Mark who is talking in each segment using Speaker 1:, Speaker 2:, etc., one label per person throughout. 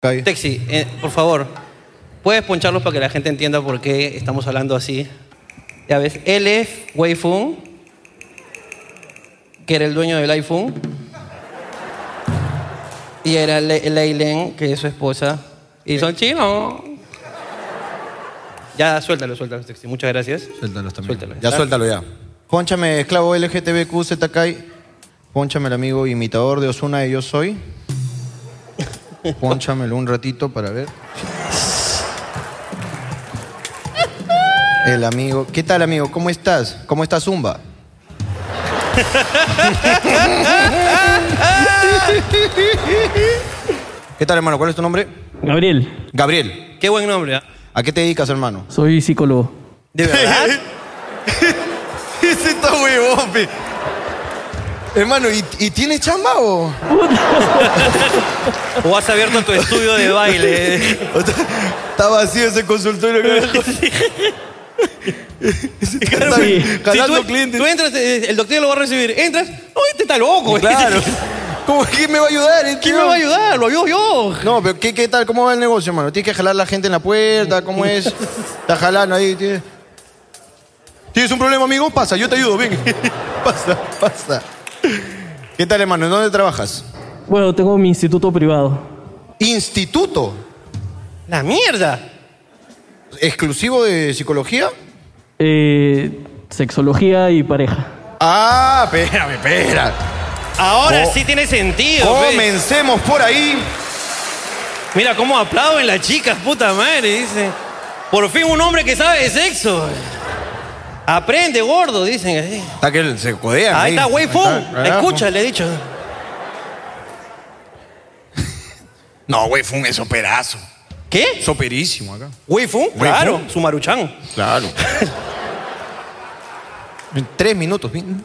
Speaker 1: Calle.
Speaker 2: Texi, eh, por favor, puedes poncharlos para que la gente entienda por qué estamos hablando así. Ya ves, él es Weifun, que era el dueño del iPhone. Y era Le- Leilen, que es su esposa. Y son chinos. Ya, suéltalo, suéltalo, Texi. Muchas gracias.
Speaker 3: Suéltalos también.
Speaker 2: Suéltalo.
Speaker 1: Ya suéltalo ya. Pónchame, esclavo LGTBQ, ZK. Pónchame el amigo imitador de Osuna de Yo Soy. Pónchamelo un ratito para ver. El amigo. ¿Qué tal, amigo? ¿Cómo estás? ¿Cómo estás, Zumba? ¿Qué tal, hermano? ¿Cuál es tu nombre?
Speaker 4: Gabriel,
Speaker 1: Gabriel.
Speaker 2: Qué buen nombre, ¿ah?
Speaker 1: ¿A qué te dedicas, hermano?
Speaker 4: soy psicólogo.
Speaker 2: ¿De verdad?
Speaker 1: Ese está huevón, pe. Hermano, ¿y, y tiene chamba o?
Speaker 2: ¿O has abierto tu estudio de baile?
Speaker 1: o está, está vacío ese consultorio. carajo. está
Speaker 4: Sí.
Speaker 1: jalando
Speaker 2: Si tú,
Speaker 1: clientes.
Speaker 2: tú entras, eh, el doctor lo va a recibir. Entras, no, este está loco.
Speaker 1: Claro. ¿Cómo, ¿Quién me va a ayudar? eh,
Speaker 2: ¿Quién
Speaker 1: tío?
Speaker 2: me va a ayudar? Lo ayudo yo.
Speaker 1: No, pero ¿qué, ¿qué tal? ¿Cómo va el negocio, hermano? ¿Tienes que jalar la gente en la puerta? ¿Cómo es? Está jalando ahí. ¿Tienes, ¿Tienes un problema, amigo? Pasa, yo te ayudo, ven. pasa, pasa. ¿Qué tal, hermano? ¿En dónde trabajas?
Speaker 4: Bueno, tengo mi instituto privado.
Speaker 1: ¿Instituto?
Speaker 2: La mierda.
Speaker 1: ¿Exclusivo de psicología?
Speaker 4: Eh, sexología y pareja.
Speaker 1: Ah, espérame, espera.
Speaker 2: Ahora
Speaker 1: Co-
Speaker 2: sí tiene sentido. pe.
Speaker 1: Comencemos por ahí.
Speaker 2: Mira cómo aplauden las chicas, puta madre. Dice, por fin un hombre que sabe de sexo. Aprende, gordo, dicen así.
Speaker 1: Está que se codean.
Speaker 2: Ahí está, güey, pum.
Speaker 1: carajo.
Speaker 2: Escucha, le he dicho.
Speaker 3: No, güey, fue un esoperazo.
Speaker 2: ¿Qué?
Speaker 3: Soperísimo acá.
Speaker 2: Weifu, claro, su maruchan.
Speaker 1: Claro. Tres minutos. bien.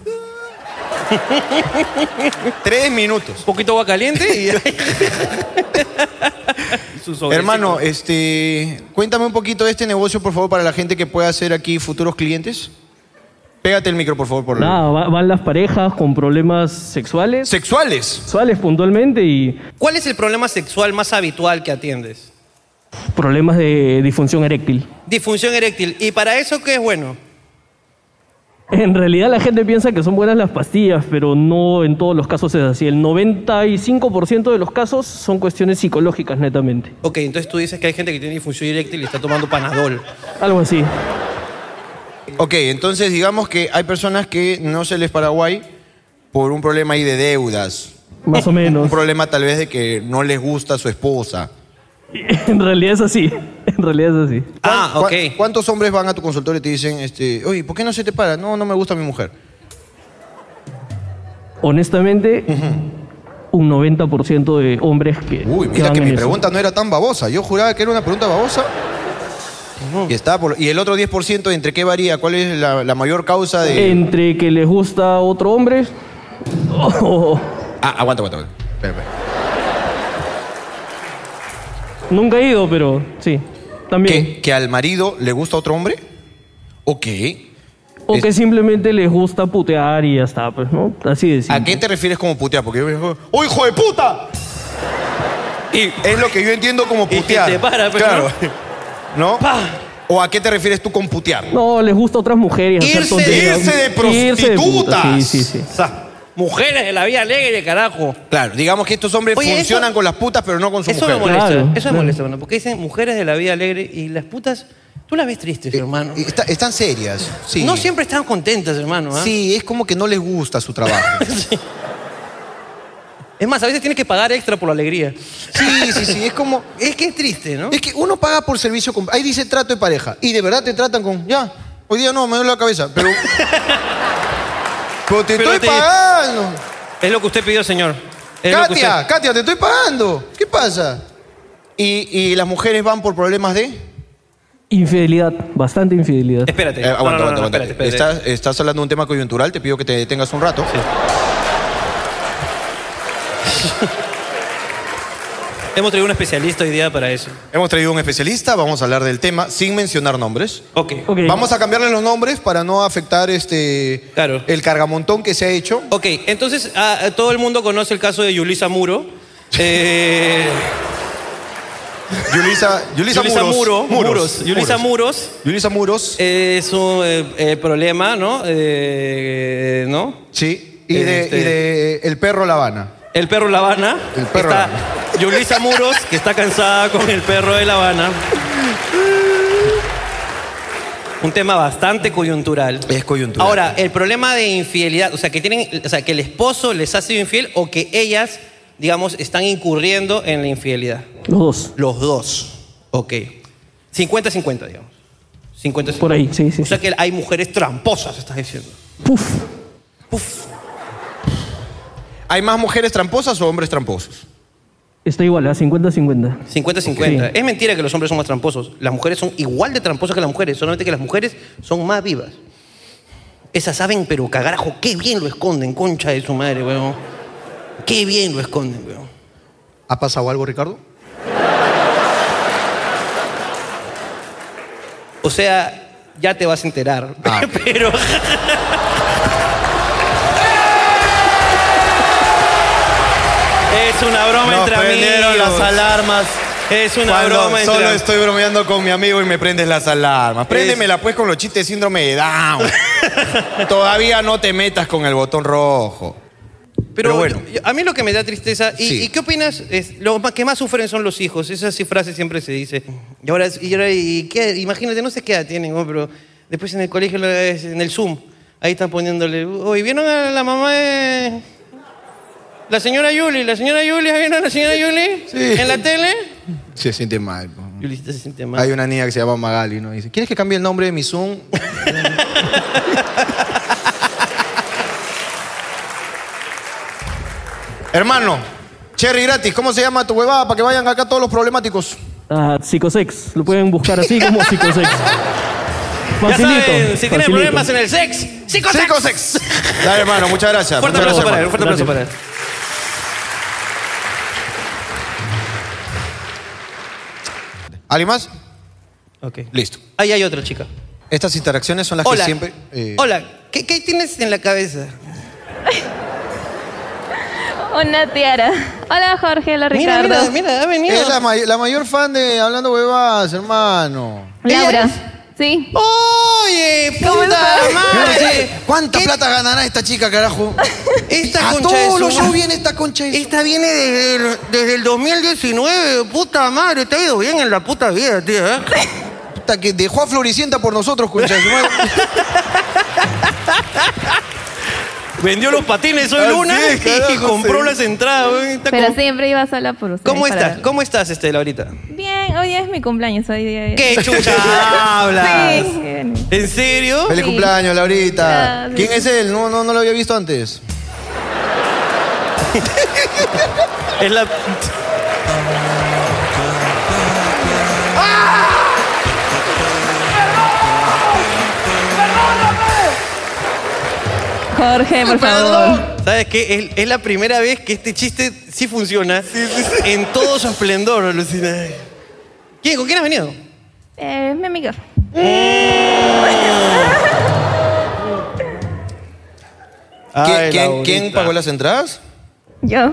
Speaker 1: Tres minutos.
Speaker 2: Un poquito agua caliente y Su sobrecito.
Speaker 1: Hermano, este, cuéntame un poquito de este negocio, por favor, para la gente que pueda ser aquí futuros clientes. Pégate el micro, por favor, por
Speaker 4: Nada, va- van las parejas con problemas sexuales.
Speaker 1: Sexuales.
Speaker 4: sexuales puntualmente y
Speaker 2: ¿Cuál es el problema sexual más habitual que atiendes?
Speaker 4: problemas de disfunción eréctil.
Speaker 2: Disfunción eréctil. ¿Y para eso qué es bueno?
Speaker 4: En realidad la gente piensa que son buenas las pastillas, pero no en todos los casos es así. El 95% de los casos son cuestiones psicológicas netamente.
Speaker 2: Ok, entonces tú dices que hay gente que tiene disfunción eréctil y está tomando panadol.
Speaker 4: Algo así.
Speaker 1: Ok, entonces digamos que hay personas que no se les Paraguay por un problema ahí de deudas.
Speaker 4: Más o
Speaker 1: Un
Speaker 4: menos.
Speaker 1: problema tal vez de que no les gusta su esposa.
Speaker 4: en realidad es así. En realidad es así.
Speaker 2: Ah,
Speaker 1: ¿Cuán- cuán-
Speaker 2: ok.
Speaker 1: ¿Cuántos hombres van a tu consultorio y te dicen, este, oye, ¿por qué no se te para? No, no me gusta mi mujer.
Speaker 4: Honestamente, un 90% de hombres que.
Speaker 1: Uy, mira
Speaker 4: van
Speaker 1: que
Speaker 4: en
Speaker 1: mi
Speaker 4: eso.
Speaker 1: pregunta no era tan babosa. Yo juraba que era una pregunta babosa. Y, está por- y el otro 10%, ¿entre qué varía? ¿Cuál es la, la mayor causa de...?
Speaker 4: Entre que les gusta otro hombre. o-
Speaker 1: Ah, aguanta, aguanta, aguanta. Espera, espera.
Speaker 4: nunca he ido, pero sí. También.
Speaker 1: ¿Que, ¿Que al marido le gusta otro hombre? ¿O qué?
Speaker 4: O que simplemente les gusta putear y ya está, pues, ¿no? Así de
Speaker 1: ¿A
Speaker 4: simple.
Speaker 1: qué te refieres como putear? Porque yo me digo, ¡oh, hijo de puta! Y es lo que yo entiendo como
Speaker 2: que
Speaker 1: putear.
Speaker 2: te para, pero
Speaker 1: claro. ¿No?
Speaker 2: Pa.
Speaker 1: ¿O a qué te refieres tú con putear?
Speaker 4: No, les gusta otras mujeres. hacer
Speaker 2: Irse-
Speaker 4: tonterías.
Speaker 1: irse de
Speaker 4: putas.
Speaker 1: prostitutas.
Speaker 4: Sí, sí, sí.
Speaker 2: O sea, mujeres de la vida alegre, carajo.
Speaker 1: Claro, digamos que estos hombres
Speaker 2: Oye,
Speaker 1: funcionan
Speaker 2: eso-
Speaker 1: con las putas, pero no con su
Speaker 2: Eso me
Speaker 1: mujer.
Speaker 2: molesta.
Speaker 4: Claro,
Speaker 2: eso
Speaker 4: claro.
Speaker 2: me molesta, hermano. Porque dicen mujeres de la vida alegre y las putas, tú las ves tristes, hermano.
Speaker 1: Eh, está- están serias. Sí.
Speaker 2: No siempre están contentas, hermano. ¿ah?
Speaker 1: Sí, es como que no les gusta su trabajo.
Speaker 2: Es más, a veces tienes que pagar extra por la alegría.
Speaker 1: Sí, sí, sí. Es como.
Speaker 2: Es que es triste, ¿no?
Speaker 1: Es que uno paga por servicio. com- Ahí dice trato de pareja. Y de verdad te tratan con. Ya, hoy día no, me duele la cabeza. Pero. pero te
Speaker 2: Pero te-
Speaker 1: estoy pagando.
Speaker 2: Es lo que usted pidió, señor. Es lo que
Speaker 1: Katia,
Speaker 2: usted-
Speaker 1: Katia, te estoy pagando. ¿Qué pasa? Y, y las mujeres van por problemas de.
Speaker 4: Infidelidad, bastante infidelidad.
Speaker 2: Espérate.
Speaker 1: Eh, aguanta,
Speaker 2: No, no, no,
Speaker 1: aguanta, aguanta.
Speaker 2: espérate, espérate.
Speaker 1: Estás, estás hablando de un tema coyuntural, te pido que te detengas un rato.
Speaker 2: Hemos traído un especialista hoy día para eso.
Speaker 1: Hemos traído un especialista, vamos a hablar del tema sin mencionar nombres.
Speaker 2: Ok.
Speaker 4: Ok.
Speaker 1: Vamos a cambiarle los nombres para no afectar este
Speaker 2: Claro.
Speaker 1: el cargamontón que se ha hecho.
Speaker 2: Ok, entonces ah, ah, todo el mundo conoce el caso de Yulisa Muro. Eh,
Speaker 1: Yulisa, Yulisa,
Speaker 2: Yulisa
Speaker 1: Muros.
Speaker 2: Muro,
Speaker 1: Muros.
Speaker 2: Muros, Yulisa Muros.
Speaker 1: Yulisa Muros.
Speaker 2: eh, es un eh, eh, problema, ¿no? Eh, ¿No?
Speaker 1: sí. Y de,
Speaker 2: este-
Speaker 1: y de eh, El Perro La Habana.
Speaker 2: El perro La Habana.
Speaker 1: El perro
Speaker 2: está
Speaker 1: La Habana.
Speaker 2: Yulisa Muros, que está cansada con el perro de La Habana. Un tema bastante coyuntural.
Speaker 1: Es coyuntural.
Speaker 2: Ahora, el problema de infidelidad, o sea, que tienen, o sea, que el esposo les ha sido infiel o que ellas, digamos, están incurriendo en la infidelidad.
Speaker 4: Los dos.
Speaker 2: Los dos. Ok. 50-50, digamos. 50-50.
Speaker 4: Por ahí, sí, sí.
Speaker 2: O sea que hay mujeres tramposas, estás diciendo.
Speaker 4: Puf.
Speaker 2: Uf.
Speaker 1: ¿Hay más mujeres tramposas o hombres tramposos?
Speaker 4: Está igual, ¿eh? a 50-50.
Speaker 2: 50-50.
Speaker 4: Sí.
Speaker 2: Es mentira que los hombres son más tramposos. Las mujeres son igual de tramposas que las mujeres, solamente que las mujeres son más vivas. Esas saben, pero cagarajo, qué bien lo esconden, concha de su madre, weón. Qué bien lo esconden, weón.
Speaker 1: ¿Ha pasado algo, Ricardo?
Speaker 2: O sea, ya te vas a enterar.
Speaker 1: Ah, ok.
Speaker 2: Pero. es una broma
Speaker 1: Nos
Speaker 2: entre
Speaker 1: prendieron
Speaker 2: amigos.
Speaker 1: las alarmas.
Speaker 2: Es una
Speaker 1: Cuando
Speaker 2: broma entre
Speaker 1: solo estoy bromeando con mi amigo y me prendes las alarmas. Préndemela pues con los chistes de síndrome de Down. Todavía no te metas con el botón rojo.
Speaker 2: Pero,
Speaker 1: Pero bueno.
Speaker 2: yo- yo- a mí lo que me da tristeza, ¿y,
Speaker 1: Sí.
Speaker 2: ¿y qué opinas? Es, lo ma- que más sufren son los hijos. Esa sí frase siempre se dice. Y ahora, y ahora y qué- imagínate, no sé qué edad tienen, ¿no? pero después en el colegio, la- es- en el Zoom, ahí están poniéndole, hoy vieron a la mamá de... La señora Yuli, la señora Yuli, ¿ah, ¿vieron a la señora Yuli?
Speaker 1: Sí.
Speaker 2: ¿En la tele?
Speaker 1: Se siente mal. po.
Speaker 2: Yuli se siente mal.
Speaker 1: Hay una niña que se llama Magali, ¿no? Dice, ¿quieres que cambie el nombre de mi Zoom? Hermano, Cherry gratis, ¿cómo se llama tu huevada para que vayan acá todos los problemáticos?
Speaker 4: Ah, psicosex. Lo pueden buscar así como psicosex.
Speaker 2: ya
Speaker 4: Facilito.
Speaker 2: saben, si tienen
Speaker 4: facilito.
Speaker 2: problemas en el sex, psicosex.
Speaker 1: Psicosex. Dale, hermano, muchas gracias.
Speaker 2: Fuerte
Speaker 1: Muchas
Speaker 2: aplauso
Speaker 1: gracias,
Speaker 2: para él,
Speaker 1: hermano.
Speaker 2: fuerte aplauso para él.
Speaker 4: Gracias.
Speaker 1: ¿Alguien más?
Speaker 2: Ok.
Speaker 1: Listo.
Speaker 2: Ahí hay otra chica.
Speaker 1: Estas interacciones son las
Speaker 2: Hola.
Speaker 1: que siempre. eh,
Speaker 2: Hola, ¿qué, ¿qué tienes en la cabeza?
Speaker 5: Una tiara. Hola Jorge, hola
Speaker 2: Mira,
Speaker 5: Ricardo.
Speaker 2: mira, mira, ha venido.
Speaker 1: Es la, may- la mayor fan de Hablando Huevadas, hermano.
Speaker 5: Laura.
Speaker 2: ¿Ella es?
Speaker 5: Sí.
Speaker 2: Oye,
Speaker 5: ¿Cómo
Speaker 2: puta
Speaker 5: estás?
Speaker 2: madre.
Speaker 1: ¿Cuánta plata ganará esta chica, carajo?
Speaker 2: Esta
Speaker 1: A
Speaker 2: concha de
Speaker 1: todos
Speaker 2: su
Speaker 1: los
Speaker 2: madre.
Speaker 1: shows viene esta concha de su-
Speaker 2: Esta viene desde el, desde el 2019, puta madre, te ha ido bien en la puta vida, tío. ¿eh?
Speaker 1: puta que dejó a Floricienta por nosotros, concha de su madre.
Speaker 2: Vendió los patines,
Speaker 1: Ah,
Speaker 2: soy Luna,
Speaker 1: sí,
Speaker 2: y
Speaker 1: carajo,
Speaker 2: compró
Speaker 1: sí.
Speaker 2: las entradas. güey. Está
Speaker 5: Pero
Speaker 2: como-
Speaker 5: siempre iba sola por ustedes.
Speaker 2: ¿Cómo
Speaker 5: para
Speaker 2: estás?
Speaker 5: ver.
Speaker 2: ¿Cómo estás, este, Laurita?
Speaker 5: Bien, hoy es mi cumpleaños, hoy día.
Speaker 2: ¿Qué chucha hablas?
Speaker 5: Sí. bien.
Speaker 2: ¿En serio?
Speaker 1: Feliz
Speaker 5: Sí.
Speaker 1: cumpleaños, Laurita.
Speaker 5: Gracias.
Speaker 1: ¿Quién es él? No, no, no lo había visto antes.
Speaker 2: Es la...
Speaker 5: Jorge, por favor.
Speaker 2: ¿Sabes qué? Es, es la primera vez que este chiste sí funciona en todo su esplendor, Lucina. ¿Quién? ¿Con quién has venido?
Speaker 5: Eh, Es mi amiga.
Speaker 1: ¿Qui-
Speaker 2: Ay,
Speaker 1: ¿Quién,
Speaker 2: Laurita.
Speaker 1: quién pagó las entradas?
Speaker 5: Yo.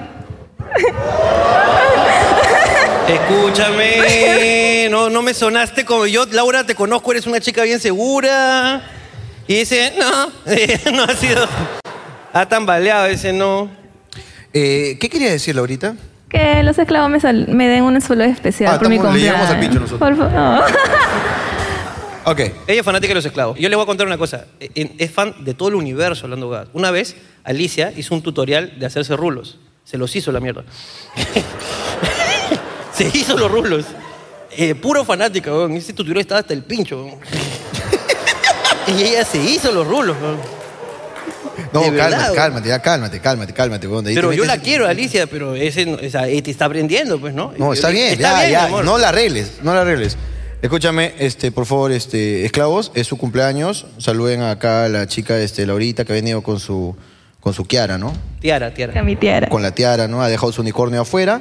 Speaker 2: Escúchame, no, no me sonaste como yo, Laura, te conozco, eres una chica bien segura. Y dice, no, no ha sido. Ha tambaleado, dice, no.
Speaker 1: Eh, ¿Qué quería decir, Laurita?
Speaker 5: Que los esclavos me, sal- me den un saludo especial
Speaker 1: Ah,
Speaker 5: por mi
Speaker 1: estamos- le llegamos
Speaker 5: cumpleaños.
Speaker 1: al pincho nosotros.
Speaker 5: Por favor.
Speaker 1: Ok.
Speaker 2: Ella es fanática de los esclavos. Yo les voy a contar una cosa. En- Es fan de todo el universo hablando huevadas. Una vez, Alicia hizo un tutorial de hacerse rulos. Se los hizo la mierda. Se hizo los rulos. Eh, puro fanática, weón. Ese tutorial estaba hasta el pincho, weón. Y ella se hizo los rulos, weón.
Speaker 1: No,
Speaker 2: De verdad,
Speaker 1: cálmate,
Speaker 2: güey.
Speaker 1: cálmate, ya cálmate, cálmate, cálmate, weón. De ahí
Speaker 2: Pero
Speaker 1: te este
Speaker 2: yo la
Speaker 1: metes-
Speaker 2: quiero, Alicia, pero ese, no- o sea, eh, te está aprendiendo, pues, ¿no?
Speaker 1: No, está
Speaker 2: Yo-
Speaker 1: bien,
Speaker 2: está
Speaker 1: ya,
Speaker 2: bien,
Speaker 1: ya.
Speaker 2: mi amor.
Speaker 1: No la arregles, no la arregles. Escúchame, este, por favor, este, esclavos, es su cumpleaños. Saluden acá a la chica, este, Laurita, que ha venido con su, con su Kiara, ¿no?
Speaker 2: Tiara, tiara.
Speaker 5: Que mi tiara.
Speaker 1: Con la tiara, ¿no? Ha dejado su unicornio afuera.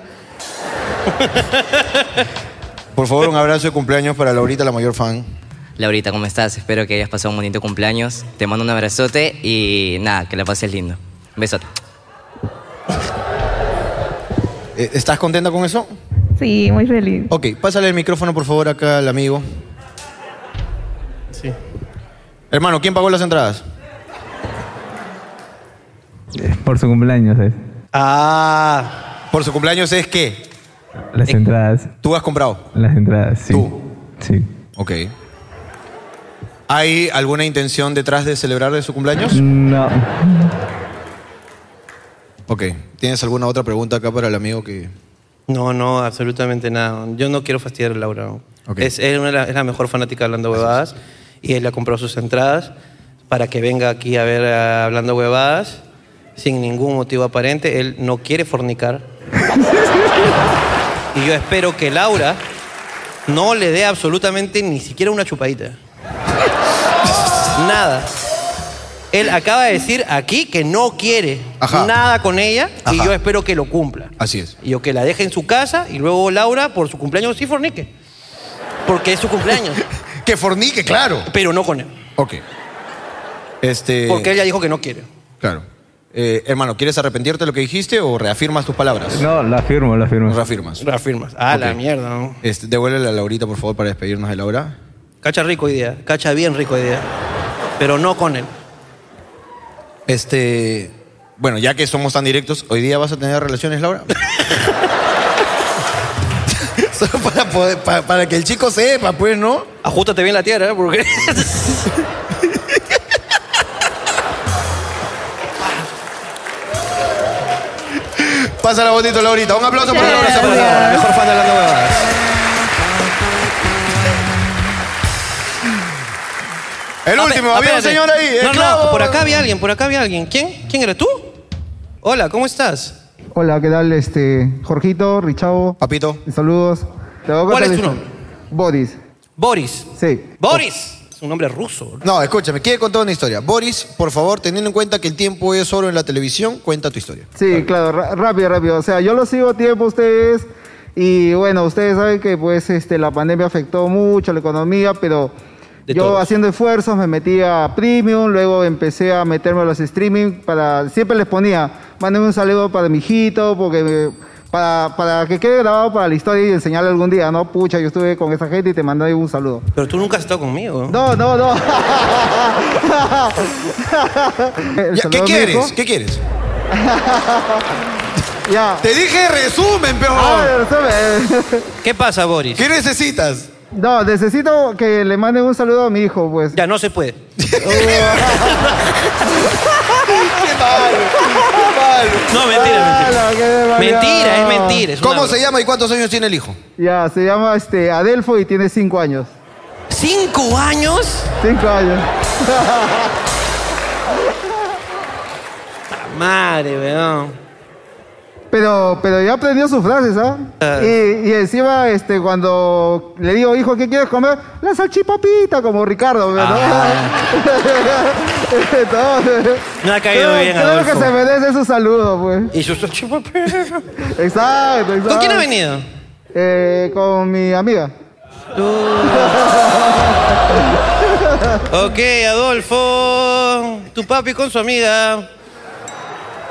Speaker 1: Por favor, un abrazo de cumpleaños para Laurita, la mayor fan.
Speaker 6: Laurita, ¿cómo estás? Espero que hayas pasado un bonito cumpleaños. Te mando un abrazote y nada, que la pases lindo. Un besote.
Speaker 1: Eh, ¿Estás contenta con eso?
Speaker 5: Sí, muy feliz.
Speaker 1: Ok, pásale el micrófono, por favor, acá al amigo.
Speaker 2: Sí.
Speaker 1: Hermano, ¿quién pagó las entradas?
Speaker 7: Por su cumpleaños, es.
Speaker 2: Ah,
Speaker 1: Por su cumpleaños es que
Speaker 7: Las entradas.
Speaker 1: tú has comprado.
Speaker 7: Las entradas, sí.
Speaker 1: Tú.
Speaker 7: Sí.
Speaker 1: Ok. ¿Hay alguna intención detrás de celebrar de su cumpleaños?
Speaker 7: No.
Speaker 1: Ok. ¿Tienes alguna otra pregunta acá para el amigo que...
Speaker 2: no, no, absolutamente nada. Yo no quiero fastidiar a Laura.
Speaker 1: Ok.
Speaker 2: Es, es una de la, es la mejor fanática de Hablando Huevadas y él ha comprado sus entradas para que venga aquí a ver a Hablando Huevadas sin ningún motivo aparente. Él no quiere fornicar. y yo espero que Laura no le dé absolutamente ni siquiera una chupadita. Nada. Él acaba de decir aquí que no quiere
Speaker 1: Ajá.
Speaker 2: nada con ella y
Speaker 1: Ajá.
Speaker 2: yo espero que lo cumpla.
Speaker 1: Así es.
Speaker 2: Y yo que la deje en su casa y luego Laura por su cumpleaños sí fornique. Porque es su cumpleaños.
Speaker 1: Que fornique, claro.
Speaker 2: pero no con él.
Speaker 1: Ok. Este...
Speaker 2: Porque ella dijo que no quiere.
Speaker 1: Claro. Eh, hermano, ¿quieres arrepentirte de lo que dijiste o reafirmas tus palabras?
Speaker 7: No, la firmo, la firmo.
Speaker 1: Reafirmas.
Speaker 2: Reafirmas. Ah, la
Speaker 1: Ok.
Speaker 2: mierda. ¿no?
Speaker 1: Este, devuélvele a Laurita, por favor, para despedirnos de Laura.
Speaker 2: Cacha rico idea. Cacha bien rico idea. Pero no con él.
Speaker 1: Este. Bueno, ya que somos tan directos, ¿hoy día vas a tener relaciones, Laura? Solo para, poder- pa- para que el chico sepa, pues, ¿no?
Speaker 2: Ajustate bien la tierra, ¿eh? porque...
Speaker 1: Pásala bonito, Laurita. Un aplauso para Laura
Speaker 2: Gracias,
Speaker 1: Zapata, la
Speaker 2: Laura.
Speaker 1: mejor fan de Hablando Huevadas. El último, había un
Speaker 2: Espérate.
Speaker 1: señor ahí.
Speaker 2: No,
Speaker 1: esclavo.
Speaker 2: no, por acá había alguien, por acá había alguien. ¿Quién? ¿Quién eres tú? Hola, ¿cómo estás?
Speaker 8: Hola, ¿qué tal? Este, Jorgito, Richavo,
Speaker 1: Papito.
Speaker 8: saludos. Te voy a
Speaker 2: ¿Cuál es
Speaker 8: contar esto.
Speaker 2: tu nombre?
Speaker 8: Boris,
Speaker 2: Boris.
Speaker 8: sí.
Speaker 2: Boris.
Speaker 1: Oh.
Speaker 2: Es un nombre ruso.
Speaker 1: No, escúchame, quiere contar una historia. Boris, por favor, teniendo en cuenta que el tiempo es oro en la televisión, cuenta tu historia.
Speaker 8: Sí, claro, ra- rápido, rápido. O sea, yo los sigo a tiempo a ustedes y bueno, ustedes saben que pues este, la pandemia afectó mucho la economía, pero
Speaker 2: De
Speaker 8: yo
Speaker 2: todos.
Speaker 8: haciendo esfuerzos me metí a Premium, luego empecé a meterme a los streaming para siempre les ponía, mándenme un saludo para mi hijito, porque me- para, para que quede grabado para la historia y enseñarle algún día, ¿no? Pucha, yo estuve con esa gente y te mandé un saludo.
Speaker 2: Pero tú nunca has estado conmigo.
Speaker 8: No, no, no. El
Speaker 1: Ya, ¿Qué
Speaker 8: saludo
Speaker 1: quieres?
Speaker 8: médico.
Speaker 1: ¿Qué quieres?
Speaker 8: Ya.
Speaker 1: Te dije resumen, peón.
Speaker 8: A ver, sabe.
Speaker 2: ¿Qué pasa, Boris?
Speaker 1: ¿Qué necesitas?
Speaker 8: No, necesito que le manden un saludo a mi hijo, pues.
Speaker 2: Ya no se puede.
Speaker 1: Qué malo, qué malo.
Speaker 2: No,
Speaker 1: Ah,
Speaker 2: mentira,
Speaker 8: Ala, qué
Speaker 2: mentira. Mentira, es
Speaker 8: variado.
Speaker 2: mentira. es una
Speaker 1: ¿Cómo
Speaker 2: broma.
Speaker 1: se llama y cuántos años tiene el hijo?
Speaker 8: Ya, se llama este Adelfo y tiene cinco años.
Speaker 2: ¿Cinco años?
Speaker 8: Cinco años.
Speaker 2: Madre, weón.
Speaker 8: Pero, pero ya aprendió sus frases, ¿ah?
Speaker 2: Ah.
Speaker 8: Y, y encima, este, cuando le digo, hijo, ¿qué quieres comer? La salchipapita, como Ricardo, ¿no?
Speaker 2: Ah,
Speaker 8: Entonces,
Speaker 2: Me ha caído
Speaker 8: creo-
Speaker 2: bien,
Speaker 8: Creo que
Speaker 2: Adolfo.
Speaker 8: se merece su saludo, pues.
Speaker 2: Y sus chupaperros.
Speaker 8: Exacto, exacto.
Speaker 2: ¿Con quién ha venido?
Speaker 8: Eh, con mi amiga.
Speaker 2: Ok, Adolfo. Tu papi con su amiga.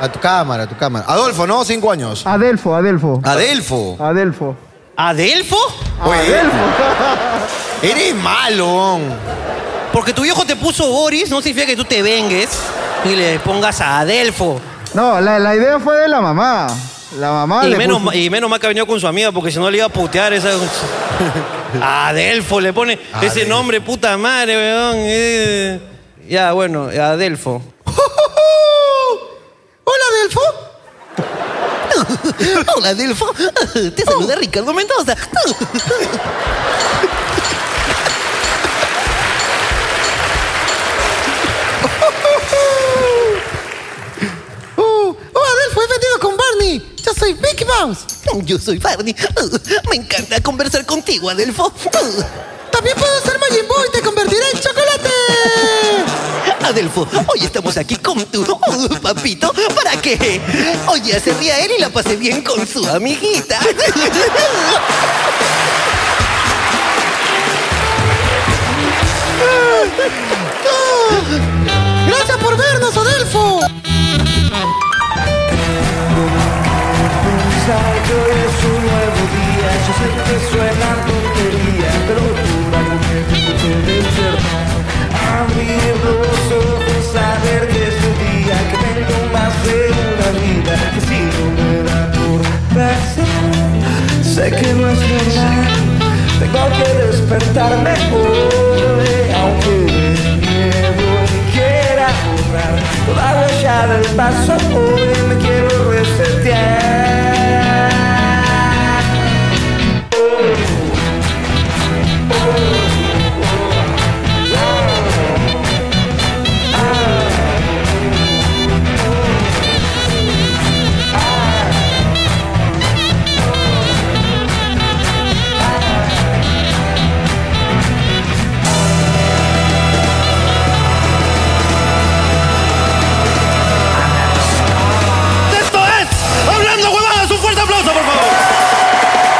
Speaker 1: A tu cámara, a tu cámara. Adolfo, ¿no? Cinco años.
Speaker 8: Adelfo, Adelfo.
Speaker 1: Adelfo.
Speaker 8: Adelfo.
Speaker 2: ¿Adelfo?
Speaker 1: Oye,
Speaker 8: Adelfo.
Speaker 1: eres malo.
Speaker 2: Porque tu viejo te puso Boris, no significa que tú te vengues y le pongas a Adelfo.
Speaker 8: No, la, la idea fue de la mamá. La mamá
Speaker 2: y,
Speaker 8: le
Speaker 2: menos,
Speaker 8: puso-
Speaker 2: ma- y menos mal que ha venido con su amiga, porque si no le iba a putear esa. Adelfo le pone ese
Speaker 1: Adelfo.
Speaker 2: nombre, puta madre, weón. eh. Ya, bueno, Adelfo.
Speaker 1: Hola, Adelfo.
Speaker 2: Hola, Adelfo. Te saluda Ricardo Mendoza.
Speaker 1: hola, Adelfo, he venido con Barney. Yo soy Mickey Mouse.
Speaker 2: Yo soy Barney. Uh, Me encanta conversar contigo, Adelfo. Uh.
Speaker 1: También puedo ser Majin Boy y te convertiré en chocolate.
Speaker 2: Adelfo, hoy estamos aquí con tu uh, papito para que hoy ya se ría él y la pase bien con su amiguita.
Speaker 1: Ah, Gracias por vernos, Adelfo.
Speaker 9: Comenzar que hoy es un nuevo día, siempre suena tontería, pero tú la mujer que tú tienes hermano. Abrir los ojos, saber que es tu día, que tengo más de una vida, que si no me da por pensar, sé que no es verdad. Tengo que despertarme hoy, aunque de miedo quiera borrar toda huella del paso, hoy me quiero resetear.
Speaker 1: Esto es Hablando Huevadas. Un fuerte aplauso, por favor.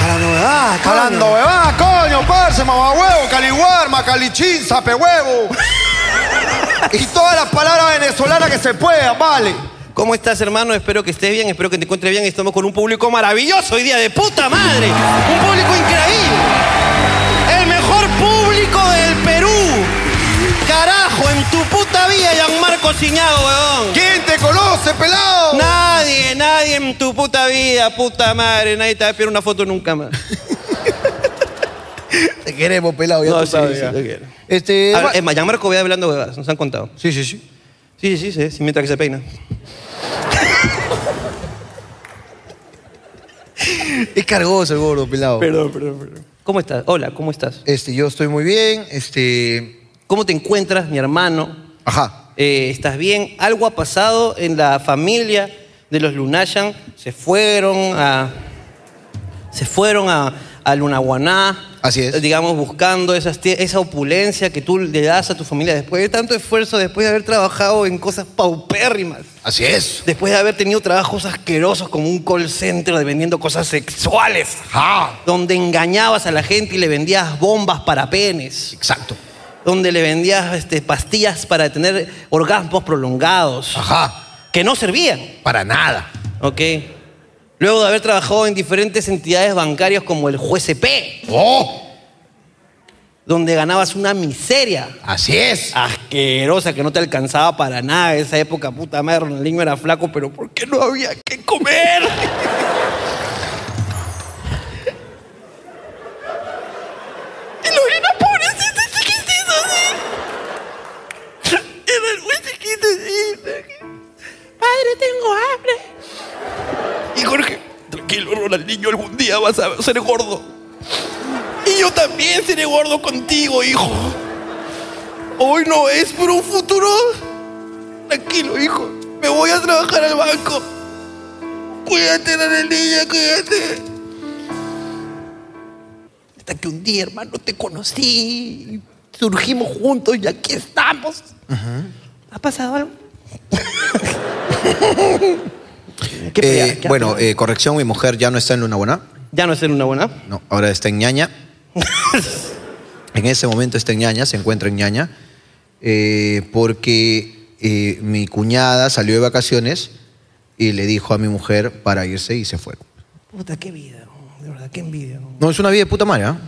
Speaker 1: Hablando huevadas, Hablando huevadas, coño, parce, mamahuevo, caliguarma, calichín, sapehuevo. y todas las palabras venezolanas que se puedan, vale.
Speaker 2: ¿Cómo estás, hermano? Espero que estés bien, espero que te encuentres bien. Estamos con un público maravilloso hoy día, de puta madre. Un público increíble. El mejor público del Perú. Carajo, en tu puta vida, Gianmarco Ciñago, weón.
Speaker 1: ¿Quién te conoce, pelado?
Speaker 2: Nadie, nadie en tu puta vida, puta madre. Nadie te va a pedir una foto nunca más.
Speaker 1: Te queremos, pelado, ya
Speaker 2: No,
Speaker 1: tú
Speaker 2: sí,
Speaker 1: sabes.
Speaker 2: sí,
Speaker 1: ya.
Speaker 2: te quiero.
Speaker 1: Este,
Speaker 2: Ah,
Speaker 1: va-
Speaker 2: Es más, Gianmarco ve hablando huevadas, nos han contado.
Speaker 1: sí, sí, sí.
Speaker 2: Sí, sí, sí, sí, mientras que se peina.
Speaker 1: Es cargoso el gordo, pelado.
Speaker 2: Perdón, perdón, perdón. ¿Cómo estás? Hola, ¿cómo estás?
Speaker 1: Este, yo estoy muy bien, este...
Speaker 2: ¿Cómo te encuentras, mi hermano?
Speaker 1: Ajá.
Speaker 2: Eh, ¿Estás bien? Algo ha pasado en la familia de los Lunashan. Se fueron a. Se fueron a, a Lunaguaná.
Speaker 1: Así es.
Speaker 2: Digamos, buscando esas tie- esa opulencia que tú le das a tu familia después de tanto esfuerzo, después de haber trabajado en cosas paupérrimas.
Speaker 1: Así es.
Speaker 2: Después de haber tenido trabajos asquerosos como un call center de vendiendo cosas sexuales,
Speaker 1: Ajá.
Speaker 2: donde engañabas a la gente y le vendías bombas para penes
Speaker 1: Exacto.
Speaker 2: donde le vendías este, pastillas para tener orgasmos prolongados,
Speaker 1: Ajá.
Speaker 2: que no servían,
Speaker 1: Para nada.
Speaker 2: ¿ok? Luego de haber trabajado en diferentes entidades bancarias como el JCP,
Speaker 1: ¡Oh!
Speaker 2: donde ganabas una miseria
Speaker 1: Así es.
Speaker 2: asquerosa que no te alcanzaba para nada en esa época, puta madre, Ronaldinho era flaco, pero ¿por qué no había que comer? y Lorena, pobrecita, chiquitita, así. Era muy chiquita, así. Padre, tengo hambre. Y Jorge, tranquilo, Ronaldinho, algún día vas a ser gordo. Y yo también seré gordo contigo, hijo. Hoy no es por un futuro. Tranquilo, hijo. Me voy a trabajar al banco. Cuídate, niña, cuídate. Hasta que un día, hermano, te conocí. Surgimos juntos y aquí estamos. ¿Ha pasado algo? ¿Qué
Speaker 1: Eh,
Speaker 2: pelea? ¿Qué ha
Speaker 1: bueno,
Speaker 2: pasado?
Speaker 1: eh, corrección, mi mujer ya no está en Luna Buena.
Speaker 2: ya no es en una buena.
Speaker 1: No, ahora está en ñaña. en ese momento está en ñaña, se encuentra en ñaña. eh, porque eh, mi cuñada salió de vacaciones y le dijo a mi mujer para irse y se fueron.
Speaker 2: Puta, qué vida. De verdad, qué envidia.
Speaker 1: No, es una vida de puta madre, ¿ah?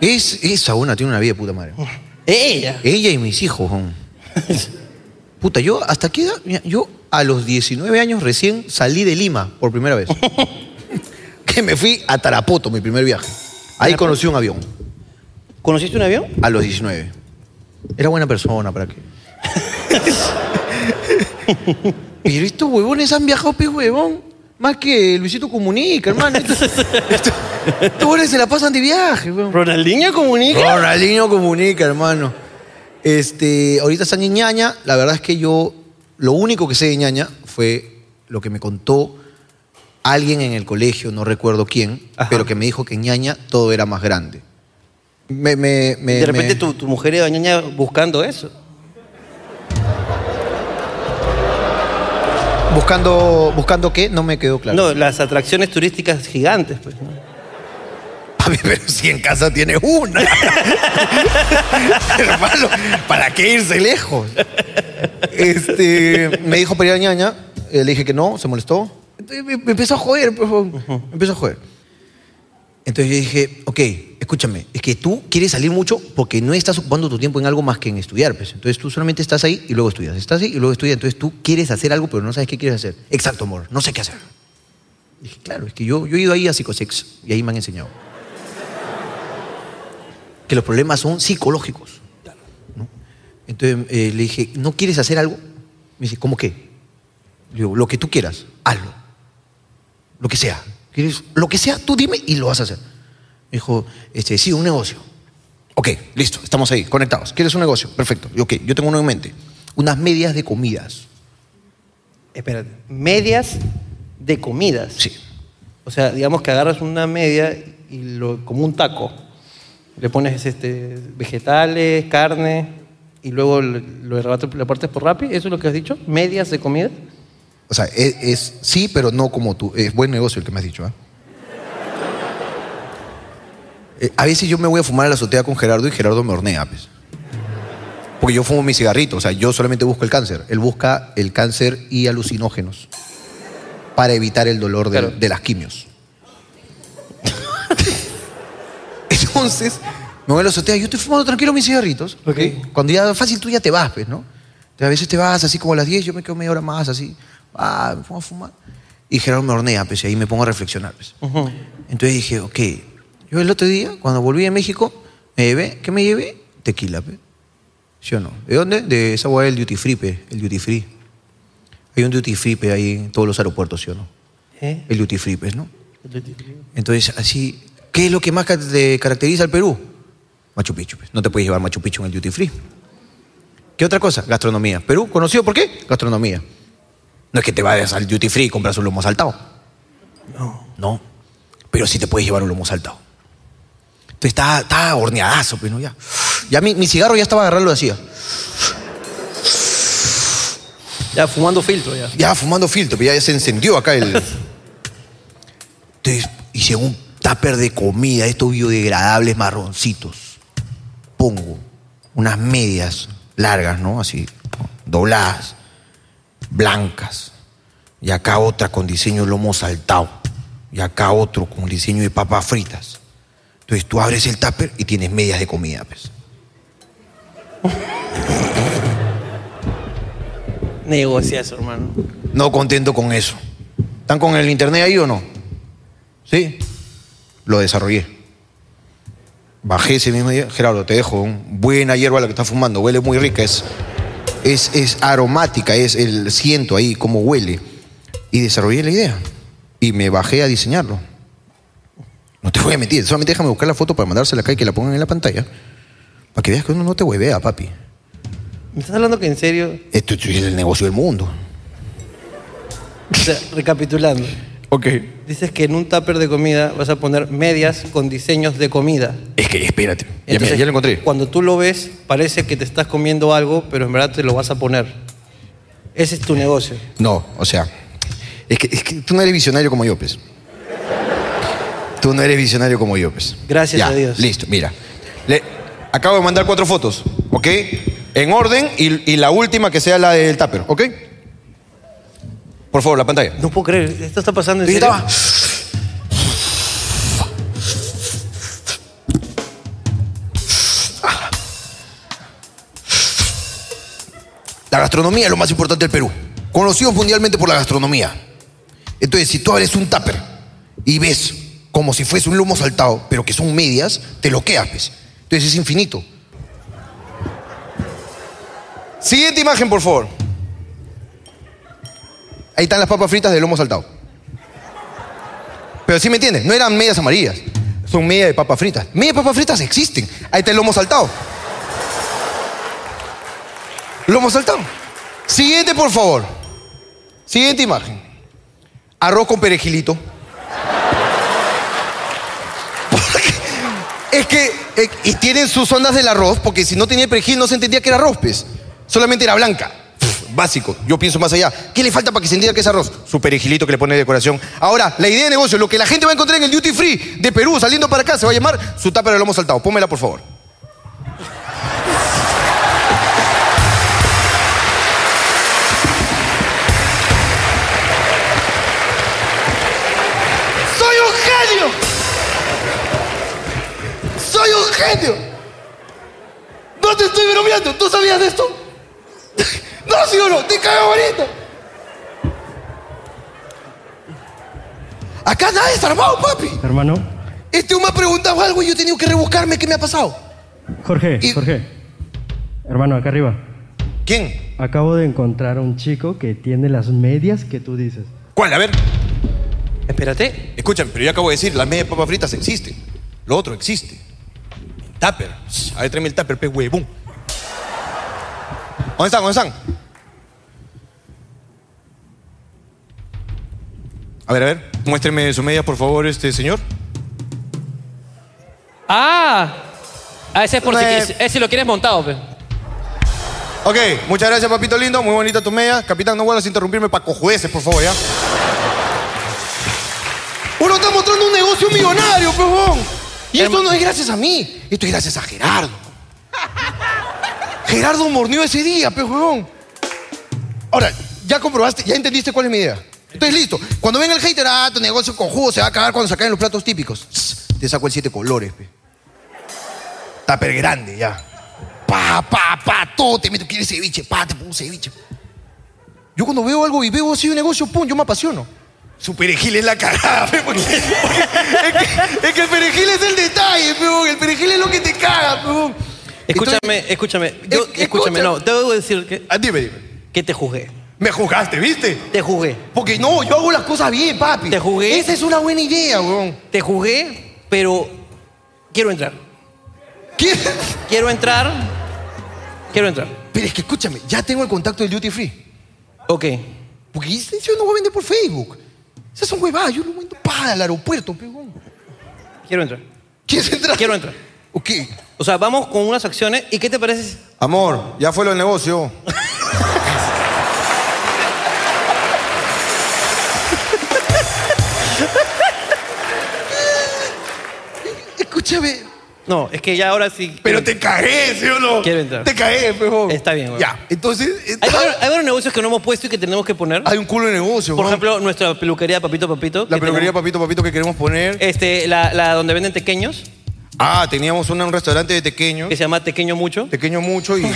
Speaker 1: Es, esa una tiene una vida de puta madre.
Speaker 2: Ella.
Speaker 1: Ella y mis hijos. jón. Puta, yo hasta qué edad, Mira, yo a los 19 años recién salí de Lima por primera vez. que me fui a Tarapoto, mi primer viaje. Ahí conocí un avión,
Speaker 2: ¿Conociste un avión?
Speaker 1: a los 19. Era buena persona, ¿para qué? Pero estos huevones han viajado, pe huevón. Más que Luisito Comunica, hermano. Estos, estos- estos huevones se la pasan de viaje, huevón.
Speaker 2: ¿Ronaldinho comunica?
Speaker 1: Ronaldinho comunica, hermano. Este, ahorita están en ñaña. La verdad es que yo, lo único que sé de ñaña fue lo que me contó alguien en el colegio, no recuerdo quién,
Speaker 2: Ajá.
Speaker 1: pero que me dijo que en ñaña todo era más grande. Me, me, me-
Speaker 2: de repente
Speaker 1: me-
Speaker 2: tu, tu mujer era ñoña buscando eso.
Speaker 1: Buscando, buscando qué, no me quedó claro.
Speaker 2: No, las atracciones turísticas gigantes. Pues, ¿no?
Speaker 1: A
Speaker 3: pero si en casa tiene una. Hermano, ¿para qué irse lejos?
Speaker 1: Este, me dijo para ir a ñaña, eh, le dije que no, se molestó. Entonces me, me empezó a joder, pues, me empezó a joder. Entonces yo dije, ok, escúchame, es que tú quieres salir mucho porque no estás ocupando tu tiempo en algo más que en estudiar, pues. Entonces tú solamente estás ahí y luego estudias, estás ahí y luego estudias. Entonces tú quieres hacer algo, pero no sabes qué quieres hacer. Exacto, amor, no sé qué hacer. Dije, claro, es que yo, yo he ido ahí a psicosex y ahí me han enseñado que los problemas son psicológicos. Entonces eh, le dije, ¿no quieres hacer algo? Me dice, ¿cómo qué? Le digo, lo que tú quieras, hazlo. Lo que sea. ¿Quieres? Lo que sea, tú dime y lo vas a hacer. Me dijo, este, sí, un negocio. Ok, listo, estamos ahí, conectados. ¿Quieres un negocio? Perfecto. Y, Ok, yo tengo uno en mente. Unas medias de comidas.
Speaker 2: Espérate. Medias de comidas.
Speaker 1: Sí.
Speaker 2: O sea, digamos que agarras una media y lo, como un taco. Le pones este, vegetales, carne y luego lo, lo arrebatas- lo partes por Rappi. ¿Eso es lo que has dicho? ¿Medias de comida?
Speaker 1: O sea, es, es- sí, pero no como tú. Es buen negocio el que me has dicho, ¿ah? Eh, a veces yo me voy a fumar a la azotea con Gerardo y Gerardo me hornea, pues. Porque yo fumo mi cigarrito, o sea, yo solamente busco el cáncer. Él busca el cáncer y alucinógenos para evitar el dolor de,
Speaker 2: Claro.
Speaker 1: de las quimios. Entonces, me voy a la azotea, yo estoy fumando tranquilo mis cigarritos.
Speaker 2: Ok.
Speaker 1: Cuando ya fácil tú ya te vas, pues, ¿no? Entonces, a veces te vas así como a las 10, yo me quedo media hora más así. Ah, me pongo a fumar. Y Gerardo me hornea, pues, y ahí me pongo a reflexionar, pues. Entonces dije, ok. Yo el otro día, cuando volví de México, me llevé, ¿qué me llevé? Tequila, pe. ¿Sí o no? ¿De dónde? De esa hueá del duty free, pe. El duty free. Hay un duty free, pe, ahí en todos los aeropuertos, ¿sí o no?
Speaker 2: ¿Eh?
Speaker 1: El duty free, pues, ¿no? Entonces, así, ¿qué es lo que más ca- te caracteriza al Perú? Machu Picchu. pues. No te puedes llevar Machu Picchu en el duty free. ¿Qué otra cosa? Gastronomía. Perú, ¿conocido por qué? Gastronomía. No es que te vayas al duty free y compras un lomo saltado. No. No. Pero sí te puedes llevar un lomo saltado. Entonces está, está horneadazo, pues, ¿no? Ya, ya mi, mi cigarro ya estaba agarrando así.
Speaker 2: Ya, fumando filtro ya.
Speaker 1: Ya fumando filtro, pues, ya, ya se encendió acá el... Entonces hice un tupper de comida, estos biodegradables marroncitos. Pongo unas medias largas, ¿no? Así, dobladas, blancas. Y acá otra con diseño lomo saltado. Y acá otro con diseño de papas fritas. Entonces tú abres el tupper y tienes medias de comida, pues.
Speaker 2: Negociazo, hermano.
Speaker 1: No contento con eso. ¿Están con el internet ahí o no? Sí. Lo desarrollé. Bajé ese mismo día. Gerardo, te dejo. un- Buena hierba la que estás fumando. Huele muy rica. Es, es, es aromática. Es el siento ahí cómo huele. Y desarrollé la idea. Y me bajé a diseñarlo. No te voy a mentir. Solamente déjame buscar la foto para mandársela acá y que la pongan en la pantalla. Para que veas que uno no te huevea, papi.
Speaker 2: ¿Me estás hablando que en serio?
Speaker 1: Esto es el negocio del mundo.
Speaker 2: O sea, recapitulando.
Speaker 3: Ok.
Speaker 2: Dices que en un tupper de comida vas a poner medias con diseños de comida.
Speaker 3: Es que espérate.
Speaker 1: Ya, mira, ya lo encontré.
Speaker 2: Cuando tú lo ves, parece que te estás comiendo algo, pero en verdad te lo vas a poner. Ese es tu negocio.
Speaker 1: No, o sea, es que, es que tú no eres visionario como yo, pues. Tú no eres visionario como yo, pues.
Speaker 2: Gracias
Speaker 1: Ya,
Speaker 2: a Dios.
Speaker 1: Listo, mira. Le, acabo de mandar cuatro fotos, ¿ok? En orden y, y la última que sea la del tupper, ¿ok? Por favor, la pantalla.
Speaker 2: No puedo creer, esto está pasando en
Speaker 1: Yo
Speaker 2: serio.
Speaker 1: estaba- La gastronomía es lo más importante del Perú. Conocidos mundialmente por la gastronomía. Entonces, si tú abres un tupper y ves como si fuese un lomo saltado, pero que son medias, te lo quedas, pues. Entonces es infinito. Siguiente imagen, por favor. Ahí están las papas fritas de lomo saltado. Pero sí me entiendes, no eran medias amarillas. Son medias de papas fritas. Medias de papas fritas existen. Ahí está el lomo saltado. Lomo saltado. Siguiente, por favor. Siguiente imagen. Arroz con perejilito. Porque es que eh, y tienen sus ondas del arroz, porque si no tenía perejil no se entendía que era arroz, pues. Solamente era blanca. Pff, básico. Yo pienso más allá. ¿Qué le falta para que se entienda que es arroz? Su perejilito que le pone de decoración. Ahora, la idea de negocio, lo que la gente va a encontrar en el duty free de Perú saliendo para acá, se va a llamar su tapa de lomo saltado. Pómela, por favor. ¡Soy un genio! ¡Soy un genio! ¡No te estoy bromeando! ¿Tú sabías de esto? ¡No, sí o no! ¡Te cago bonito! Acá nada es armado, papi.
Speaker 10: Hermano,
Speaker 1: Este me ha preguntado algo y yo he tenido que rebuscarme qué me ha pasado.
Speaker 10: Jorge,
Speaker 1: Y-
Speaker 10: Jorge. Hermano, acá arriba.
Speaker 1: ¿Quién?
Speaker 10: Acabo de encontrar a un chico que tiene las medias que tú dices.
Speaker 1: ¿Cuál? A ver,
Speaker 2: Espérate.
Speaker 1: escúchame, pero yo acabo de decir, las medias papas fritas existen. Lo otro existe. Tupper. Shh, A ver, tráeme el tupper, pe huevón. ¿Dónde están? ¿Dónde están? A ver, a ver, muéstreme sus medias, por favor, este señor.
Speaker 11: Ah, ah, ese es por si,
Speaker 1: Eh.
Speaker 11: ese- ese lo quieres montado, pe.
Speaker 1: Ok, muchas gracias, papito lindo. Muy bonita tu media. Capitán, no vuelvas a interrumpirme para cojudeces, por favor, ya. Uno está mostrando un negocio millonario, pejón. Y esto no es gracias a mí. Esto es gracias a Gerardo. Gerardo mornió ese día, pejón. Ahora, ya comprobaste, ya entendiste cuál es mi idea. Entonces, listo. Cuando ven el hater, ah, tu negocio con jugo se va a acabar cuando se acaben los platos típicos. Tss, Te saco el siete colores, pe. Tupper grande, ya pa, pa, pa, todo te meto, quieres ceviche, pa, te pongo ceviche. Yo cuando veo algo y veo así un negocio, pum, yo me apasiono. Su perejil es la cagada, pe, porque- porque- es, que, es que el perejil es el detalle, pe, porque el perejil es lo que te caga, pe.
Speaker 2: Escúchame, escúchame. Yo, escúchame, no, te debo decir que.
Speaker 1: ah, dime, dime.
Speaker 2: Que te juzgué.
Speaker 1: Me juzgaste, ¿viste?
Speaker 2: Te juzgué.
Speaker 1: Porque no, yo hago las cosas bien, papi.
Speaker 2: Te juzgué.
Speaker 1: Esa es una buena idea, weón.
Speaker 2: Te juzgué, pero quiero entrar.
Speaker 1: ¿Quieres?
Speaker 2: Quiero entrar. Quiero entrar.
Speaker 1: Pero es que escúchame, ya tengo el contacto del Duty Free.
Speaker 2: Ok.
Speaker 1: Porque ese yo no voy a vender por Facebook. Esas son huevadas, yo lo vendo para al aeropuerto, pe, weón.
Speaker 2: Quiero entrar.
Speaker 1: ¿Quieres entrar?
Speaker 2: Quiero entrar.
Speaker 1: Ok.
Speaker 2: O sea, vamos con unas acciones. ¿Y qué te parece? si-
Speaker 1: Amor, ya fue lo del negocio. Escúchame.
Speaker 2: No, es que ya ahora sí.
Speaker 3: Pero te cagué, ¿sí o no?
Speaker 2: Quiero entrar.
Speaker 3: Te cagué, pejo.
Speaker 2: Está bien, güey.
Speaker 1: pues, Ya, entonces. está-
Speaker 2: Hay, varios- hay varios negocios que no hemos puesto y que tenemos que poner.
Speaker 1: Hay un culo de negocio.
Speaker 2: Por
Speaker 1: weón.
Speaker 2: ejemplo, nuestra peluquería Papito Papito.
Speaker 1: la
Speaker 2: que
Speaker 1: peluquería
Speaker 2: tenemos-
Speaker 1: Papito Papito que queremos poner.
Speaker 2: Este, la, la donde venden tequeños,
Speaker 1: Ah, teníamos una- un restaurante de tequeños.
Speaker 2: que se llama Tequeño Mucho.
Speaker 1: Tequeño mucho y.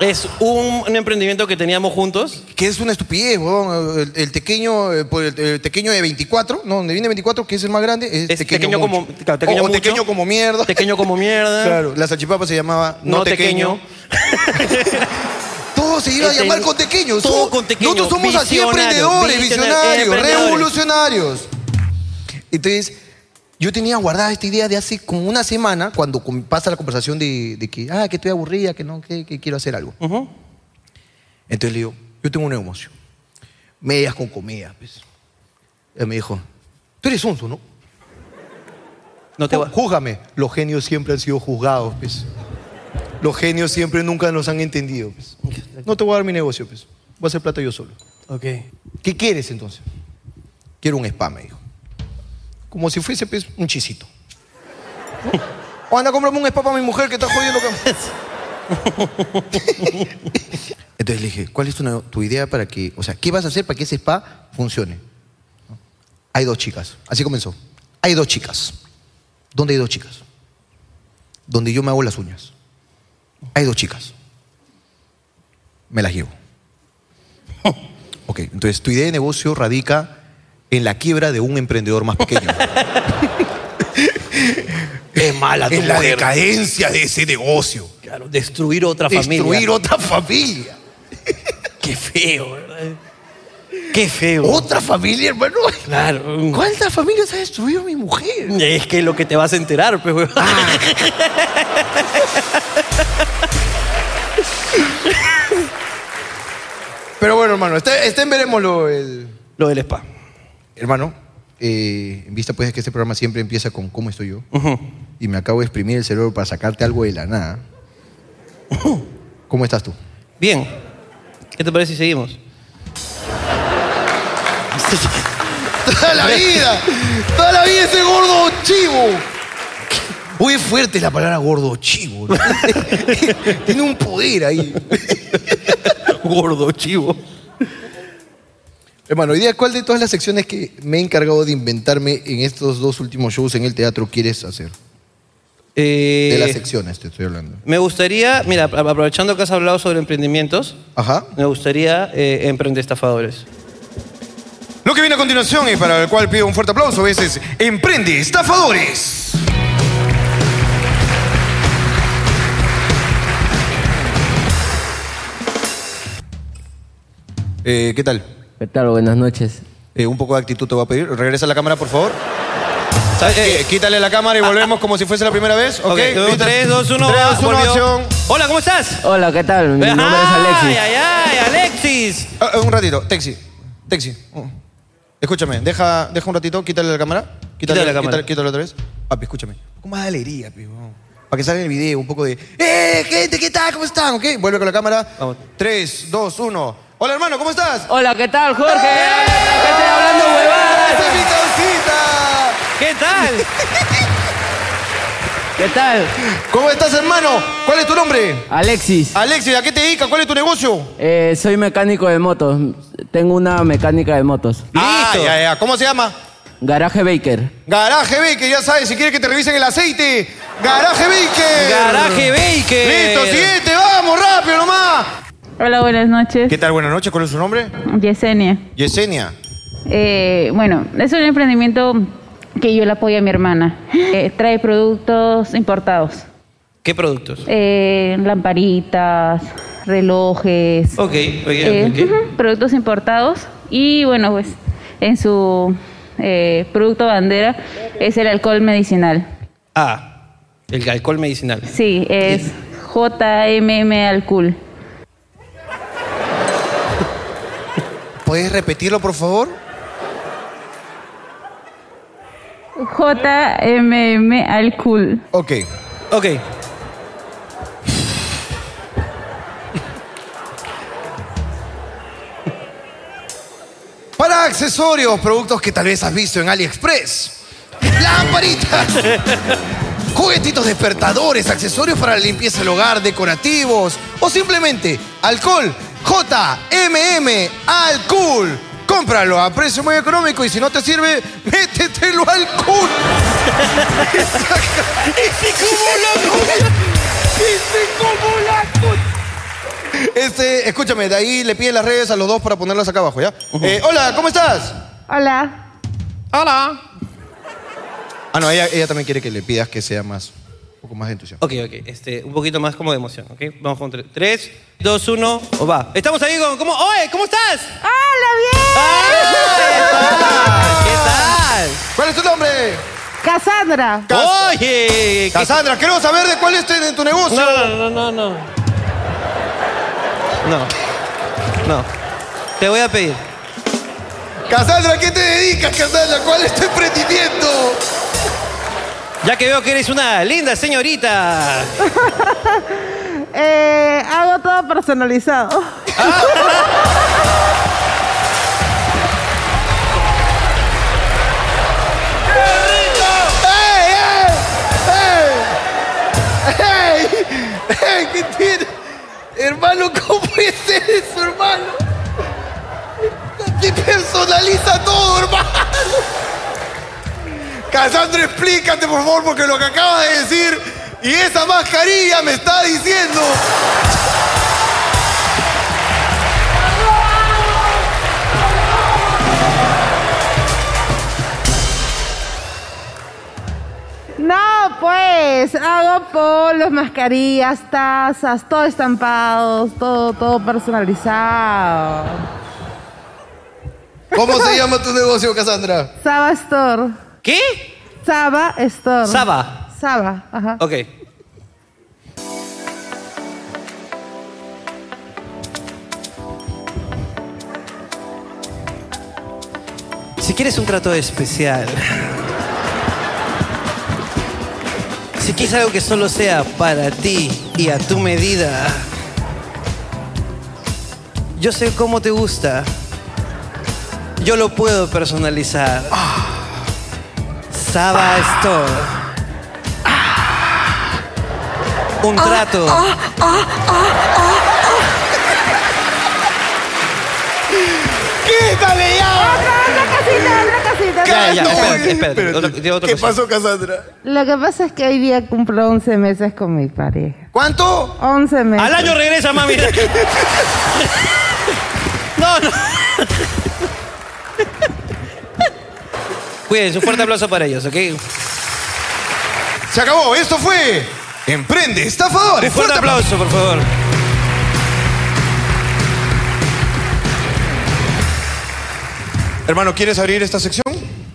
Speaker 2: Es un, un emprendimiento que teníamos juntos.
Speaker 1: que es una estupidez, weón. El, el tequeño, eh, por el, el tequeño de 24, no, donde viene 24, que es el más grande, es,
Speaker 2: Es
Speaker 1: tequeño,
Speaker 2: tequeño
Speaker 1: mucho.
Speaker 2: como- claro, tequeño
Speaker 1: o, o
Speaker 2: mucho.
Speaker 1: tequeño como mierda.
Speaker 2: Tequeño como mierda.
Speaker 1: Claro, la salchipapa se llamaba
Speaker 2: No,
Speaker 1: No,
Speaker 2: tequeño.
Speaker 1: tequeño. Todo se iba a
Speaker 2: Este,
Speaker 1: llamar con tequeño.
Speaker 2: todo
Speaker 1: Somos-
Speaker 2: con tequeño.
Speaker 1: Nosotros somos así
Speaker 2: Visionarios,
Speaker 1: emprendedores,
Speaker 2: visionarios,
Speaker 1: visionarios,
Speaker 2: emprendedores.
Speaker 1: revolucionarios. Entonces, yo tenía guardada esta idea de hace como una semana, cuando com- pasa la conversación de, de que, ah, que estoy aburrida, que no, que, que quiero hacer algo.
Speaker 2: Ujú.
Speaker 1: Entonces le digo, yo tengo un negocio. Medias con comida, pues. Él me dijo, tú eres unzo, ¿no?
Speaker 2: No te va.
Speaker 1: Júzgame. Los genios siempre han sido juzgados, pues. Los genios siempre nunca nos han entendido, pues. No te voy a dar mi negocio, pues. Voy a hacer plata yo solo.
Speaker 2: Ok.
Speaker 1: ¿Qué quieres entonces? Quiero un spa, me dijo. Como si fuese pues, un chisito. O anda, cómprame un spa para mi mujer que está jodiendo. que- Entonces le dije, ¿cuál es tu, ne- tu idea para que, o sea, qué vas a hacer para que ese spa funcione? Hay dos chicas. Así comenzó. Hay dos chicas. ¿Dónde hay dos chicas? Donde yo me hago las uñas. Hay dos chicas. Me las llevo. Ok, entonces tu idea de negocio radica en la quiebra de un emprendedor más pequeño.
Speaker 2: Es mala tu
Speaker 3: En la
Speaker 2: mujer.
Speaker 3: decadencia de ese negocio.
Speaker 2: Claro, destruir otra
Speaker 1: Destruir
Speaker 2: familia.
Speaker 1: otra familia.
Speaker 2: Qué feo, ¿verdad? Qué feo.
Speaker 1: ¿Otra familia, hermano?
Speaker 2: Claro.
Speaker 1: ¿Cuántas familias ha destruido mi mujer? Ah.
Speaker 2: Es que lo que te vas a enterar, pues, weón.
Speaker 1: Pero bueno, hermano, este, este veremoslo. El...
Speaker 2: Lo del spa.
Speaker 1: Hermano, eh, en vista pues de que este programa siempre empieza con ¿Cómo estoy yo? Y me acabo de exprimir el cerebro para sacarte algo de la nada. ¿Cómo estás tú?
Speaker 2: Bien. ¿Qué te parece si seguimos?
Speaker 1: Toda la vida. Toda la vida ese gordo chivo. Uy, es fuerte la palabra gordo chivo. ¿no? Tiene un poder ahí. gordo chivo. Hermano, ¿y cuál de todas las secciones que me he encargado de inventarme en estos dos últimos shows en el teatro quieres hacer?
Speaker 2: Eh,
Speaker 1: De las secciones te estoy hablando.
Speaker 2: Me gustaría, mira, apro- aprovechando que has hablado sobre emprendimientos, me gustaría eh, emprender estafadores.
Speaker 1: Lo que viene a continuación y para el cual pido un fuerte aplauso veces Emprende Estafadores. Eh, ¿Qué tal?
Speaker 12: ¿Qué tal? Buenas noches.
Speaker 1: Eh, un poco de actitud te voy a pedir. Regresa la cámara, por favor. ¿Sabes qué? Quítale la cámara y volvemos como si fuese la primera vez. Ok,
Speaker 2: Ah, Ok, un,
Speaker 1: ¿Listo?
Speaker 2: tres, dos, uno,
Speaker 1: Tres,
Speaker 2: va,
Speaker 1: dos, uno,
Speaker 2: volvió.
Speaker 1: acción.
Speaker 2: Hola, ¿cómo estás?
Speaker 12: Hola, ¿qué tal? Mi
Speaker 2: Ajá,
Speaker 12: nombre es Alexis.
Speaker 2: Ay, ay, Alexis.
Speaker 1: Ah, ah, un ratito, Texi. Texi. Oh. Escúchame, deja, deja un ratito, quítale la cámara. Quítale,
Speaker 2: Quítale la cámara.
Speaker 1: Quítale, quítale otra vez. Papi, escúchame. Con más alegría, pibo. Para que salga en el video un poco de. ¡Eh, gente, qué tal! ¿Cómo están? ¿Ok? Vuelve con la cámara. Tres, dos, uno. Hola, hermano, ¿cómo estás?
Speaker 12: Hola, ¿qué tal, Jorge?
Speaker 1: ¿Qué
Speaker 12: estoy hablando, huevadas?
Speaker 2: ¿Qué tal?
Speaker 12: ¿Qué tal?
Speaker 1: ¿Cómo estás, hermano? ¿Cuál es tu nombre?
Speaker 12: Alexis.
Speaker 1: Alexis, ¿a qué te dedicas? ¿Cuál es tu negocio?
Speaker 12: Eh, soy mecánico de motos. Tengo una mecánica de motos.
Speaker 1: Ah, ya, ya. ¿Cómo se llama?
Speaker 12: Garaje Baker.
Speaker 1: Garaje Baker, ya sabes, si quieres que te revisen el aceite. Garaje Baker.
Speaker 12: Garaje Baker.
Speaker 1: Listo, siguiente, vamos, rápido nomás.
Speaker 13: Hola, buenas noches.
Speaker 1: ¿Qué tal? Buenas noches, ¿cuál es su nombre?
Speaker 13: Yesenia.
Speaker 1: Yesenia.
Speaker 13: Eh, bueno, es un emprendimiento que yo le apoyo a mi hermana. Eh, trae productos importados.
Speaker 2: ¿Qué productos?
Speaker 13: Eh, lamparitas, relojes.
Speaker 2: Ok, ok,
Speaker 13: Eh,
Speaker 2: ok.
Speaker 13: ujú, Productos importados. Y bueno, pues en su eh, producto bandera es el alcohol medicinal.
Speaker 2: Ah, el alcohol medicinal.
Speaker 13: Sí, es JMM Alcohol.
Speaker 1: ¿Puedes repetirlo, por favor?
Speaker 13: JMM Alcohol.
Speaker 1: Ok.
Speaker 2: Ok.
Speaker 1: Para accesorios, productos que tal vez has visto en AliExpress. Lamparitas. Juguetitos despertadores, accesorios para la limpieza del hogar, decorativos o simplemente alcohol. JMM Alcohol. Cómpralo a precio muy económico y si no te sirve, métetelo al cool. Este, escúchame, de ahí le piden las redes a los dos para ponerlas acá abajo, ¿ya? Eh, hola, ¿cómo estás?
Speaker 13: Hola.
Speaker 2: Hola.
Speaker 1: Ah, no, ella, ella también quiere que le pidas que sea más, un poco más de entusiasmo.
Speaker 2: Ok, ok. Este, un poquito más como de emoción, ¿ok? Vamos con tres. Tres, dos, uno, o va. Estamos ahí con. ¿cómo? ¡Oye! ¿Cómo estás? ¡Ah!
Speaker 9: ¡Hola,
Speaker 2: ¿Qué tal?
Speaker 1: ¿Cuál es tu nombre?
Speaker 14: Cassandra.
Speaker 2: Oye.
Speaker 1: Cassandra, quiero saber de cuál es tu, de tu negocio.
Speaker 2: No, no, no, no. No. No. Te voy a pedir.
Speaker 1: Cassandra, ¿a qué te dedicas, Cassandra? ¿Cuál es tu emprendimiento?
Speaker 2: Ya que veo que eres una linda señorita.
Speaker 14: Eh, hago todo personalizado.
Speaker 9: ¡Ey, ey! ¡Ey! ¡Ey! ¿Qué tiene? Hermano, ¿cómo es eso, hermano? Te personaliza todo, hermano.
Speaker 1: Cassandra, explícate, por favor, porque lo que acabas de decir y esa mascarilla me está diciendo.
Speaker 14: No, pues hago polos, mascarillas, tazas, todo estampados, todo, todo personalizado.
Speaker 1: ¿Cómo se llama tu negocio, Cassandra?
Speaker 14: Saba Store.
Speaker 2: ¿Qué?
Speaker 14: Saba Store.
Speaker 2: Saba.
Speaker 14: Saba, ajá.
Speaker 2: Ok. Si quieres un trato especial. Si quieres algo que solo sea para ti y a tu medida. Yo sé cómo te gusta. Yo lo puedo personalizar. Saba Store. Un trato.
Speaker 9: ¡Quítale ya!
Speaker 14: Otra casita, otra casita.
Speaker 2: Ya,
Speaker 14: otra
Speaker 2: ya,
Speaker 14: casita.
Speaker 2: espérate, espérate. Otro- tiene otra
Speaker 1: ¿Qué
Speaker 2: cosa.
Speaker 1: pasó, Cassandra?
Speaker 14: Lo que pasa es que hoy día cumplo 11 meses con mi pareja.
Speaker 1: ¿Cuánto?
Speaker 14: 11 meses.
Speaker 2: Al año regresa, mami. No, no. Cuídense, un fuerte aplauso para ellos, ¿ok?
Speaker 1: Se acabó, esto fue Emprende Estafadores.
Speaker 2: Un fuerte aplauso, por favor.
Speaker 1: Hermano, ¿quieres abrir esta sección?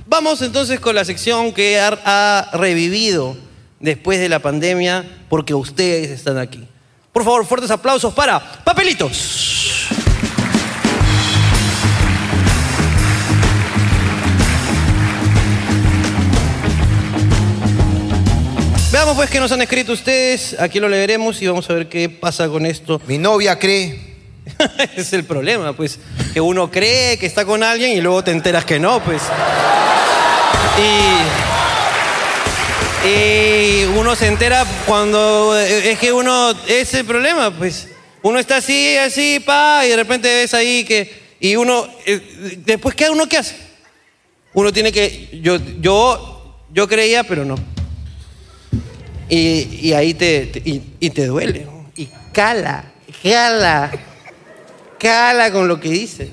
Speaker 2: Vamos entonces con la sección que ha, ha revivido después de la pandemia porque ustedes están aquí. Por favor, fuertes aplausos para Papelitos. Veamos pues qué nos han escrito ustedes. Aquí lo leeremos y vamos a ver qué pasa con esto.
Speaker 1: Mi novia cree.
Speaker 2: es el problema, pues. Que uno cree que está con alguien y luego te enteras que no, pues. Y, y uno se entera cuando eh, es que uno es el problema, pues. Uno está así, así, pa, y de repente ves ahí que y uno eh, después qué uno qué hace. Uno tiene que yo yo yo creía, pero no. Y, y ahí te, te- y, y te duele y cala, cala, cala con lo que dice.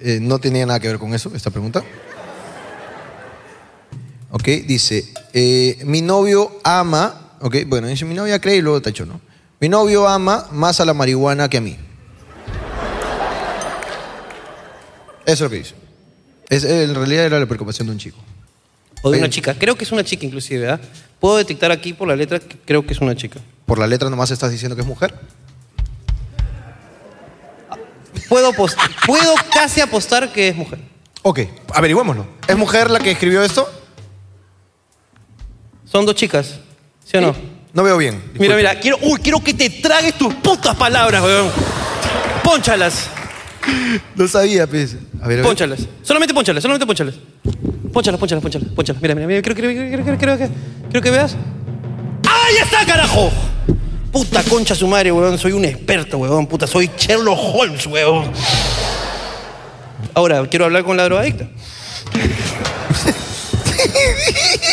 Speaker 1: Eh, no tenía nada que ver con eso, esta pregunta. Ok, dice, eh, mi novio ama, ok, bueno, dice, mi novia cree y luego tacho, ¿no? Mi novio ama más a la marihuana que a mí. Eso es lo que dice. Es, en realidad era la preocupación de un chico.
Speaker 2: O de una chica. Creo que es una chica inclusive, ¿ah? Puedo detectar aquí por la letra que creo que es una chica.
Speaker 1: Por la letra nomás estás diciendo que es mujer.
Speaker 2: Puedo, post- puedo casi apostar que es mujer.
Speaker 1: Ok, averigüémoslo. ¿Es mujer la que escribió esto?
Speaker 2: Son dos chicas, ¿sí o no?
Speaker 1: No veo bien.
Speaker 2: Mira, mira, quiero, uy, quiero que te tragues tus putas palabras, weón. Pónchalas,
Speaker 1: No sabía, pues. A ver, a ver.
Speaker 2: pónchalas. Solamente pónchalas, solamente pónchalas. Pónchalas, pónchalas, pónchalas, pónchalas. Mira, mira, mira, creo, creo, creo, creo, creo que, creo que veas. ¡Ahí está, carajo! Puta concha su madre, weón. Soy un experto, weón. Puta, soy Sherlock Holmes, weón. Ahora, quiero hablar con la drogadicta.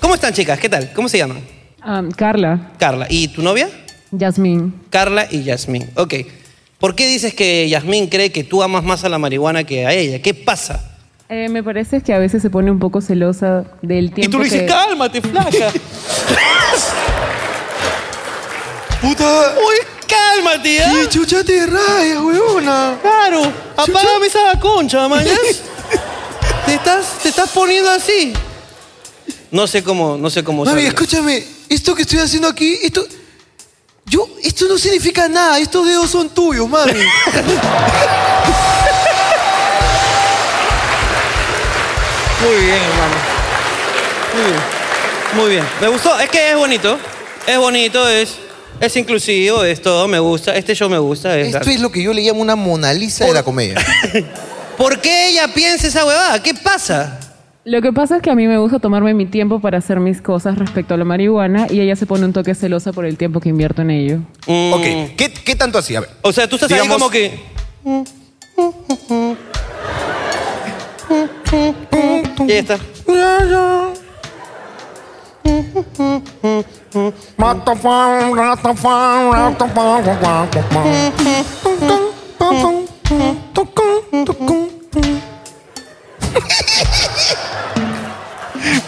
Speaker 2: ¿Cómo están, chicas? ¿Qué tal? ¿Cómo se llaman?
Speaker 15: Ah, Carla,
Speaker 2: Carla. ¿Y tu novia?
Speaker 15: Yasmín.
Speaker 2: Carla y Yasmín. Ok. ¿Por qué dices que Yasmín cree que tú amas más a la marihuana que a ella? ¿Qué pasa?
Speaker 15: Eh, me parece que a veces se pone un poco celosa del tiempo.
Speaker 2: Y tú le dices,
Speaker 15: que-
Speaker 2: cálmate, flaca.
Speaker 1: ¡Puta!
Speaker 2: ¡Uy, cálmate! ¿ah?
Speaker 1: ¡Qué chucha te rayas, weona!
Speaker 2: ¡Claro! ¡Apágame esa concha, mañas! ¿Te estás, te estás poniendo así? No sé cómo, no sé cómo...
Speaker 1: Mami,
Speaker 2: salga.
Speaker 1: escúchame, esto que estoy haciendo aquí, esto. Yo, esto no significa nada, estos dedos son tuyos, mami.
Speaker 2: Muy bien, hermano. Muy bien. Muy bien. Me gustó. Es que es bonito. Es bonito, es, es inclusivo, es todo. Me gusta. Este show me gusta. es-
Speaker 1: esto es lo que yo le llamo una Mona Lisa de la comedia.
Speaker 2: ¿Por qué ella piensa esa huevada? ¿Qué pasa?
Speaker 15: Lo que pasa es que a mí me gusta tomarme mi tiempo para hacer mis cosas respecto a la marihuana y ella se pone un toque celosa por el tiempo que invierto en ello.
Speaker 1: Ok, ¿qué, qué tanto así? A ver.
Speaker 2: Mm. O sea, tú estás ahí
Speaker 1: Digamos-
Speaker 2: como que... mm, mm, Y ahí está.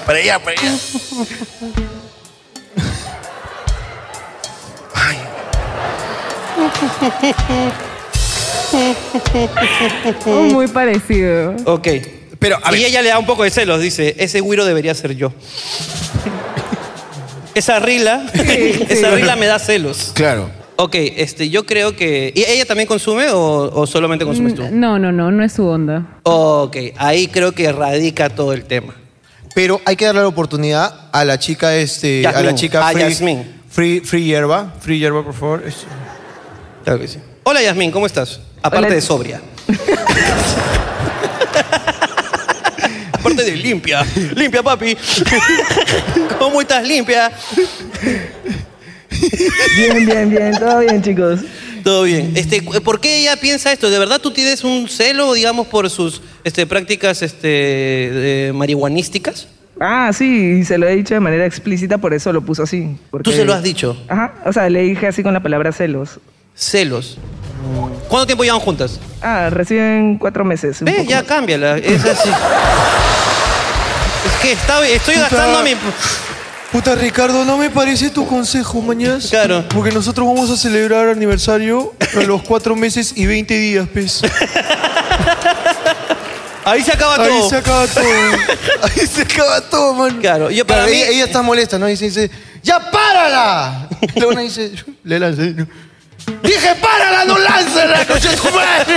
Speaker 3: Para allá, para allá.
Speaker 15: Oh, Muy parecido.
Speaker 2: Ok. Pero, y ella le da un poco de celos, dice, ese güiro debería ser yo. esa rila, esa rila me da celos.
Speaker 1: Claro.
Speaker 2: Ok, este, yo creo que... ¿Y ella también consume o, o solamente consumes
Speaker 9: Mm,
Speaker 2: tú?
Speaker 15: No, no, no, no es su onda.
Speaker 2: Ok, ahí creo que radica todo el tema.
Speaker 1: Pero hay que darle la oportunidad a la chica, este, a la
Speaker 2: Yasmín,
Speaker 1: chica
Speaker 2: a
Speaker 1: free,
Speaker 2: Yasmín.
Speaker 1: free, free hierba, free hierba, por favor. Este. Es-
Speaker 2: Claro que sí. Hola Yasmín, ¿cómo estás? Aparte de sobria. Aparte de limpia. Limpia, papi. ¿Cómo estás limpia?
Speaker 16: Bien, bien, bien, todo bien, chicos.
Speaker 2: Todo bien. Este, cu- ¿Por qué ella piensa esto? ¿De verdad tú tienes un celo, digamos, por sus este, prácticas este, de marihuanísticas?
Speaker 16: Ah, sí, y se lo he dicho de manera explícita, por eso lo puso así. porque-
Speaker 2: ¿Tú se lo has dicho?
Speaker 16: Ajá, o sea, le dije así con la palabra celos.
Speaker 2: Celos. ¿Cuánto tiempo llevan juntas?
Speaker 16: Ah, recién cuatro meses. un
Speaker 2: Ve,
Speaker 16: poco
Speaker 2: ya cámbiala. Es así. es que está- estoy
Speaker 16: Puta.
Speaker 2: gastando mi.
Speaker 1: Puta Ricardo, no me parece tu consejo, mañas. Claro. Porque nosotros vamos a celebrar aniversario a los cuatro meses y 20 días, pez.
Speaker 2: Ahí se acaba
Speaker 1: Ahí
Speaker 2: todo.
Speaker 1: se acaba todo. Ahí se acaba todo, man.
Speaker 2: Claro, yo para
Speaker 1: Claro,
Speaker 2: mí-
Speaker 1: Ella, ella está molesta, ¿no? Y dice, dice, ¡ya párala! La una dice, le lanza. ¡Dije, párala, no lánzala, coche tu madre!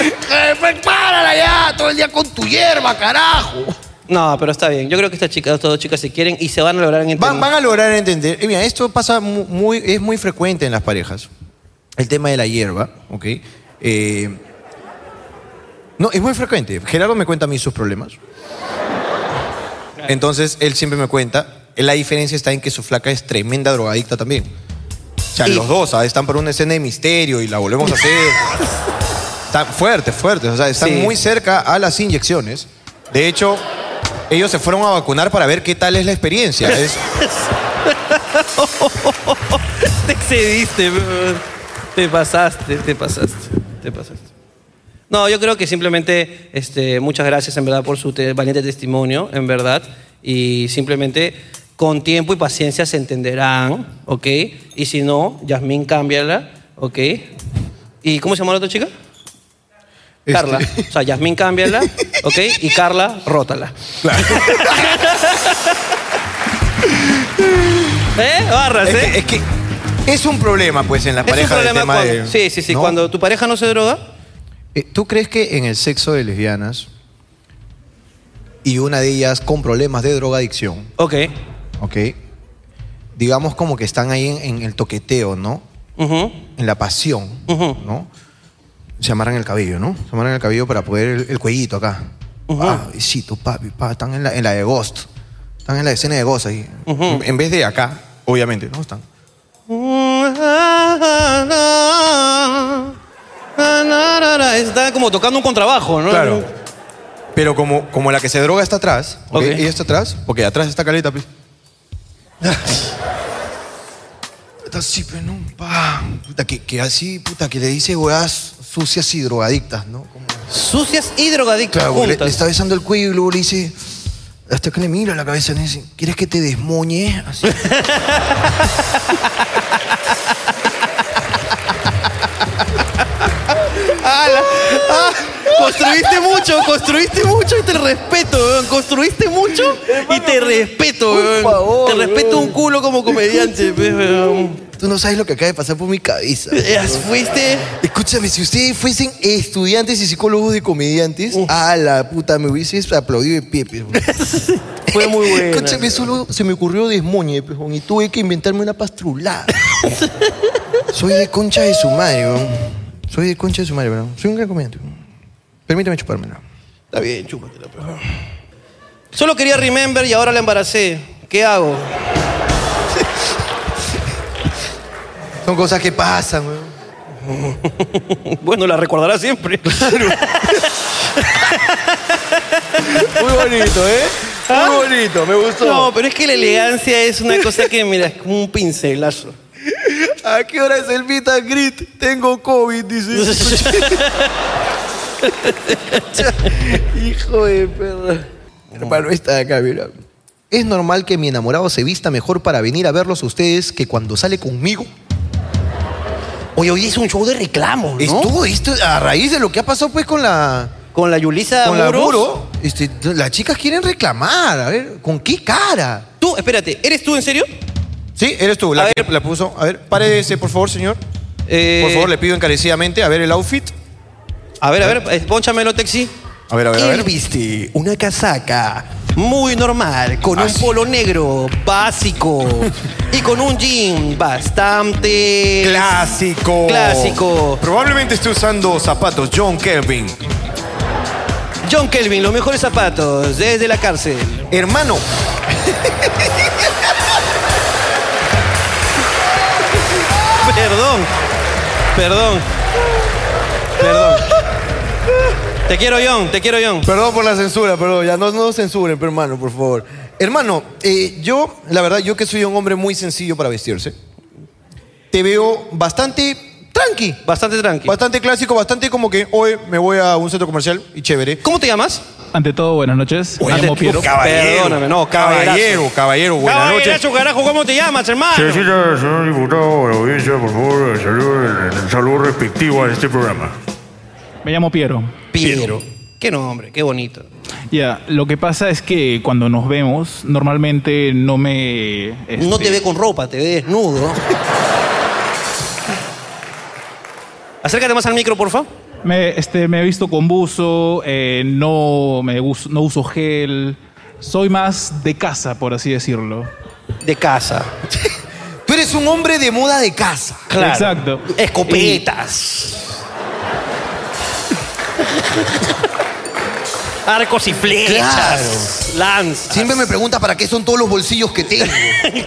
Speaker 1: Eh, pues, ¡Párala ya! Todo el día con tu hierba, carajo.
Speaker 2: No, pero está bien. Yo creo que estas chicas, estas dos chicas se quieren y se van a lograr este entender.
Speaker 1: Van, van a lograr entender. Eh, mira, esto pasa mu- muy, es muy frecuente en las parejas. El tema de la hierba, ¿ok? Eh, no, es muy frecuente. Gerardo me cuenta a mí sus problemas. Entonces, él siempre me cuenta. La diferencia está en que su flaca es tremenda drogadicta también. O sea, los dos ¿sabes? están por una escena de misterio y la volvemos a hacer. están fuertes, fuertes. O sea, están
Speaker 2: Sí.
Speaker 1: muy cerca a las inyecciones. De hecho, ellos se fueron a vacunar para ver qué tal es la experiencia. Es-
Speaker 2: te excediste, bro. te pasaste, te pasaste, te pasaste. No, yo creo que simplemente, este, muchas gracias en verdad por su te- valiente testimonio, en verdad, y simplemente con tiempo y paciencia se entenderán, ¿ok? Y si no, Yasmín, cámbiala, ¿ok? ¿Y cómo se llama la otra chica? Carla.
Speaker 1: Este.
Speaker 2: O sea, Yasmín, cámbiala, ¿ok? Y Carla, rótala. ¿Eh? Barras,
Speaker 1: es,
Speaker 2: ¿eh?
Speaker 1: que, Este, es que es un problema, pues, en la
Speaker 2: Es un
Speaker 1: pareja.
Speaker 2: problema cuando- sí, sí, sí, cuando tu pareja no se droga.
Speaker 1: Eh, ¿Tú crees que en el sexo de lesbianas y una de ellas con problemas de drogadicción,
Speaker 2: Ok.
Speaker 1: ¿ok? Digamos como que están ahí en, en el toqueteo, ¿no? En la pasión, ¿no? Se amarran el cabello, ¿no? Se amarran el cabello para poder el, el cuellito acá. Ah, besito, papi, pa, están en la, en la de Ghost. Están en la escena de Ghost ahí. en, en vez de acá, obviamente, ¿no? Están.
Speaker 2: Está como tocando un contrabajo, ¿no?
Speaker 1: Claro. Pero como, como la que se droga está atrás, ¿ok? Ella está atrás, porque atrás está caleta, pues. Está así, pero no, pa. Puta, que, que así, puta, que le dice weas sucias y drogadictas, ¿no?
Speaker 2: Sucias y drogadictas
Speaker 1: Claro, le,
Speaker 2: juntas.
Speaker 1: le está besando el cuello y luego le dice, hasta que le mira la cabeza, le dice, ¿quieres que te desmoñe? Así.
Speaker 2: ¡Hala! ¡Ah! Construiste mucho, construiste mucho y te respeto, weón. Construiste mucho y te respeto, weón. te respeto un culo como comediante, pues, weón.
Speaker 1: Tú no sabes lo que acaba de pasar por mi cabeza.
Speaker 2: Ellas fuiste.
Speaker 1: Escúchame, si ustedes fuesen estudiantes y psicólogos de comediantes, a la puta, me hubieses aplaudido de pie, pero.
Speaker 2: Fue muy buena.
Speaker 1: Escúchame, solo se me ocurrió desmoñe, pejón, y tuve que inventarme una pastrulada. Soy de concha de su madre, weón. Soy de concha de su madre, weón. Soy un gran comediante. weón. Permítame chupármela.
Speaker 2: Está bien, chúpatela, pues. Solo quería remember y ahora la embaracé. ¿Qué hago?
Speaker 1: Son cosas que pasan, weón.
Speaker 2: Bueno, la recordará siempre.
Speaker 1: Muy bonito, ¿eh? Muy bonito, me gustó.
Speaker 2: No, pero es que la elegancia es una cosa que, mira, es como un pincelazo.
Speaker 1: ¿A qué hora es el meet and greet? Tengo COVID, dice. Hijo de perra. Hermano, esta de acá, mira. Es normal que mi enamorado se vista mejor para venir a verlos a ustedes que cuando sale conmigo.
Speaker 2: Oye, hoy es un show de reclamos, ¿no?
Speaker 1: Esto, esto, a raíz de lo que ha pasado pues con la...
Speaker 2: Con la Yulisa
Speaker 1: Con la
Speaker 2: Muros.
Speaker 1: Muro, este, las chicas quieren reclamar. A ver, ¿con qué cara?
Speaker 2: Tú, espérate, ¿eres tú en serio?
Speaker 1: Sí, eres tú, la que la puso. A ver, párese, por favor, señor.
Speaker 2: Eh,
Speaker 1: Por favor, le pido encarecidamente a ver el outfit.
Speaker 2: A ver, a ver, eh, pónchamelo, Texi.
Speaker 1: A ver, a ver, a
Speaker 2: Él
Speaker 1: ver. viste una casaca
Speaker 2: muy normal, con un polo negro básico y con un jean bastante...
Speaker 1: Clásico.
Speaker 2: Clásico.
Speaker 1: Probablemente esté usando zapatos John Kelvin.
Speaker 2: John Kelvin, los mejores zapatos desde la cárcel.
Speaker 1: Hermano.
Speaker 2: Perdón. Perdón. Perdón. Te quiero, John, te quiero, John.
Speaker 1: Perdón por la censura, perdón, ya no, no censuren, pero, hermano, por favor. Hermano, eh, yo, la verdad, yo que soy un hombre muy sencillo para vestirse, te veo bastante tranqui.
Speaker 2: Bastante tranqui.
Speaker 1: Bastante clásico, bastante como que hoy me voy a un centro comercial y chévere.
Speaker 2: ¿Cómo te llamas?
Speaker 17: Ante todo, buenas noches. Me
Speaker 1: Ante
Speaker 17: llamo
Speaker 1: todo,
Speaker 17: Piero.
Speaker 1: caballero. Perdóname, no, caballerazo. Caballero, caballero, buenas
Speaker 2: Caballerazo, carajo, ¿cómo te llamas, hermano?
Speaker 18: Señorita, señor diputado, la audiencia, por favor, el saludo, el saludo respectivo a este programa.
Speaker 17: Me llamo Piero.
Speaker 2: Piero. Qué nombre, qué bonito.
Speaker 17: Ya, lo que pasa es que cuando nos vemos, normalmente no me... eh,
Speaker 2: No
Speaker 1: Este.
Speaker 2: te ve con ropa, te ve desnudo. Acércate más al micro, por favor.
Speaker 17: Me, este, me he visto con buzo, eh, no, me us- no uso gel. Soy más de casa, por así decirlo.
Speaker 2: De casa.
Speaker 1: Tú eres un hombre de moda de casa.
Speaker 17: Claro. Exacto.
Speaker 2: Escopetas. Arcos y flechas. Lanzas.
Speaker 1: Siempre me pregunta para qué son todos los bolsillos que tengo.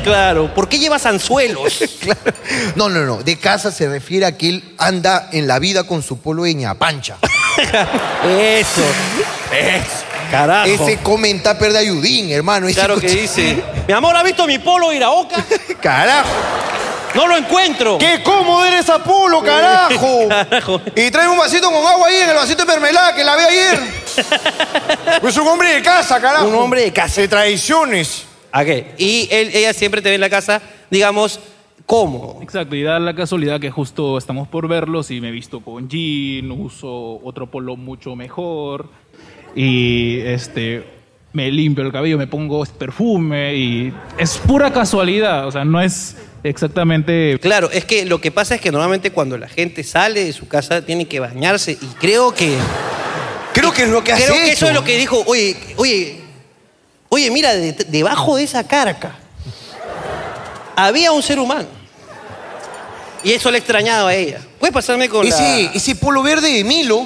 Speaker 2: claro, ¿por qué llevas anzuelos?
Speaker 1: No, no, no. De casa se refiere a que él anda en la vida con su polo de ñapancha.
Speaker 2: Eso. Eso. Carajo.
Speaker 1: Ese come en tupper de ayudín, hermano. Ese
Speaker 2: Claro que
Speaker 1: coche-
Speaker 2: dice. Mi amor, ¿ha visto mi polo Iraoka?
Speaker 1: Carajo.
Speaker 2: No lo encuentro.
Speaker 1: ¡Qué cómodo eres a polo, carajo! Y trae un vasito con agua ahí en el vasito de mermelada que la ve ayer. es un hombre de casa, carajo.
Speaker 2: Un hombre de
Speaker 1: casa. De traiciones.
Speaker 2: Ok. Y él- ella siempre te ve en la casa, digamos, cómodo.
Speaker 17: Exacto, y da la casualidad que justo estamos por verlos y me he visto con jean, uso otro polo mucho mejor y este me limpio el cabello, me pongo este perfume y es pura casualidad, o sea, no es exactamente
Speaker 2: Claro, es que lo que pasa es que normalmente cuando la gente sale de su casa tiene que bañarse y creo que
Speaker 1: Creo que es lo que has
Speaker 2: creo que
Speaker 1: hecho.
Speaker 2: eso es lo que dijo, oye, oye, oye, mira, de- debajo de esa carca había un ser humano. Y eso le extrañaba a ella. Puedes pasarme con la-
Speaker 1: Ese, ese polo verde de Milo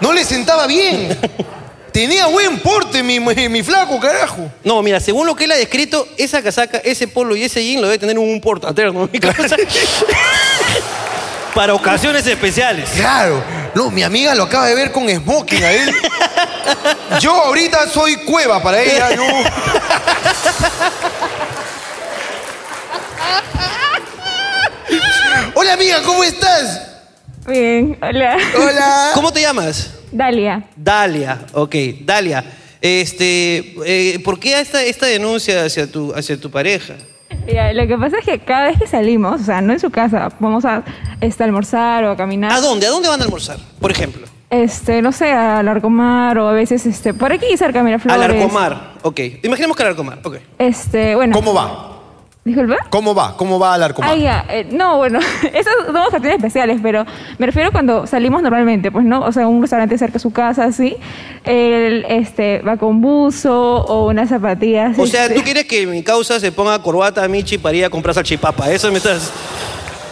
Speaker 1: no le sentaba bien. Tenía buen porte mi, mi- mi flaco, carajo.
Speaker 2: No, mira, según lo que él ha descrito, esa casaca, ese polo y ese jean lo debe tener en un portatero, ¿no? Mi casa. Para ocasiones especiales.
Speaker 1: Claro. No, mi amiga lo acaba de ver con smoking a él. Yo ahorita soy cueva para ella, ¿no? Hola amiga, ¿cómo estás?
Speaker 5: Bien, hola.
Speaker 1: Hola.
Speaker 2: ¿Cómo te llamas?
Speaker 5: Dalia.
Speaker 2: Dalia, ok, Dalia. Este, eh, ¿Por qué esta, esta denuncia hacia tu, hacia tu pareja?
Speaker 5: Ya, lo que pasa es que cada vez que salimos, o sea, no en su casa, vamos a este, almorzar o a caminar.
Speaker 2: ¿A dónde? ¿A dónde van a almorzar? Por ejemplo,
Speaker 5: Este, no sé, al Arcomar o a veces este, por aquí cerca, mira,
Speaker 2: al
Speaker 5: Flores.
Speaker 2: Arcomar. Ok, imaginemos que al Arcomar. Ok.
Speaker 5: Este, bueno.
Speaker 1: ¿Cómo va?
Speaker 5: Disculpa.
Speaker 1: ¿Cómo va? ¿Cómo va al arco?
Speaker 5: Ay, ya, eh, no, bueno, esas son ocasiones especiales, pero me refiero cuando salimos normalmente, pues, ¿no? O sea, un restaurante cerca de su casa, así. Él este, va con buzo o unas zapatillas.
Speaker 2: O sea,
Speaker 5: este.
Speaker 2: ¿tú quieres que mi causa se ponga corbata a Michi para ir a comprar salchipapa? Eso me estás...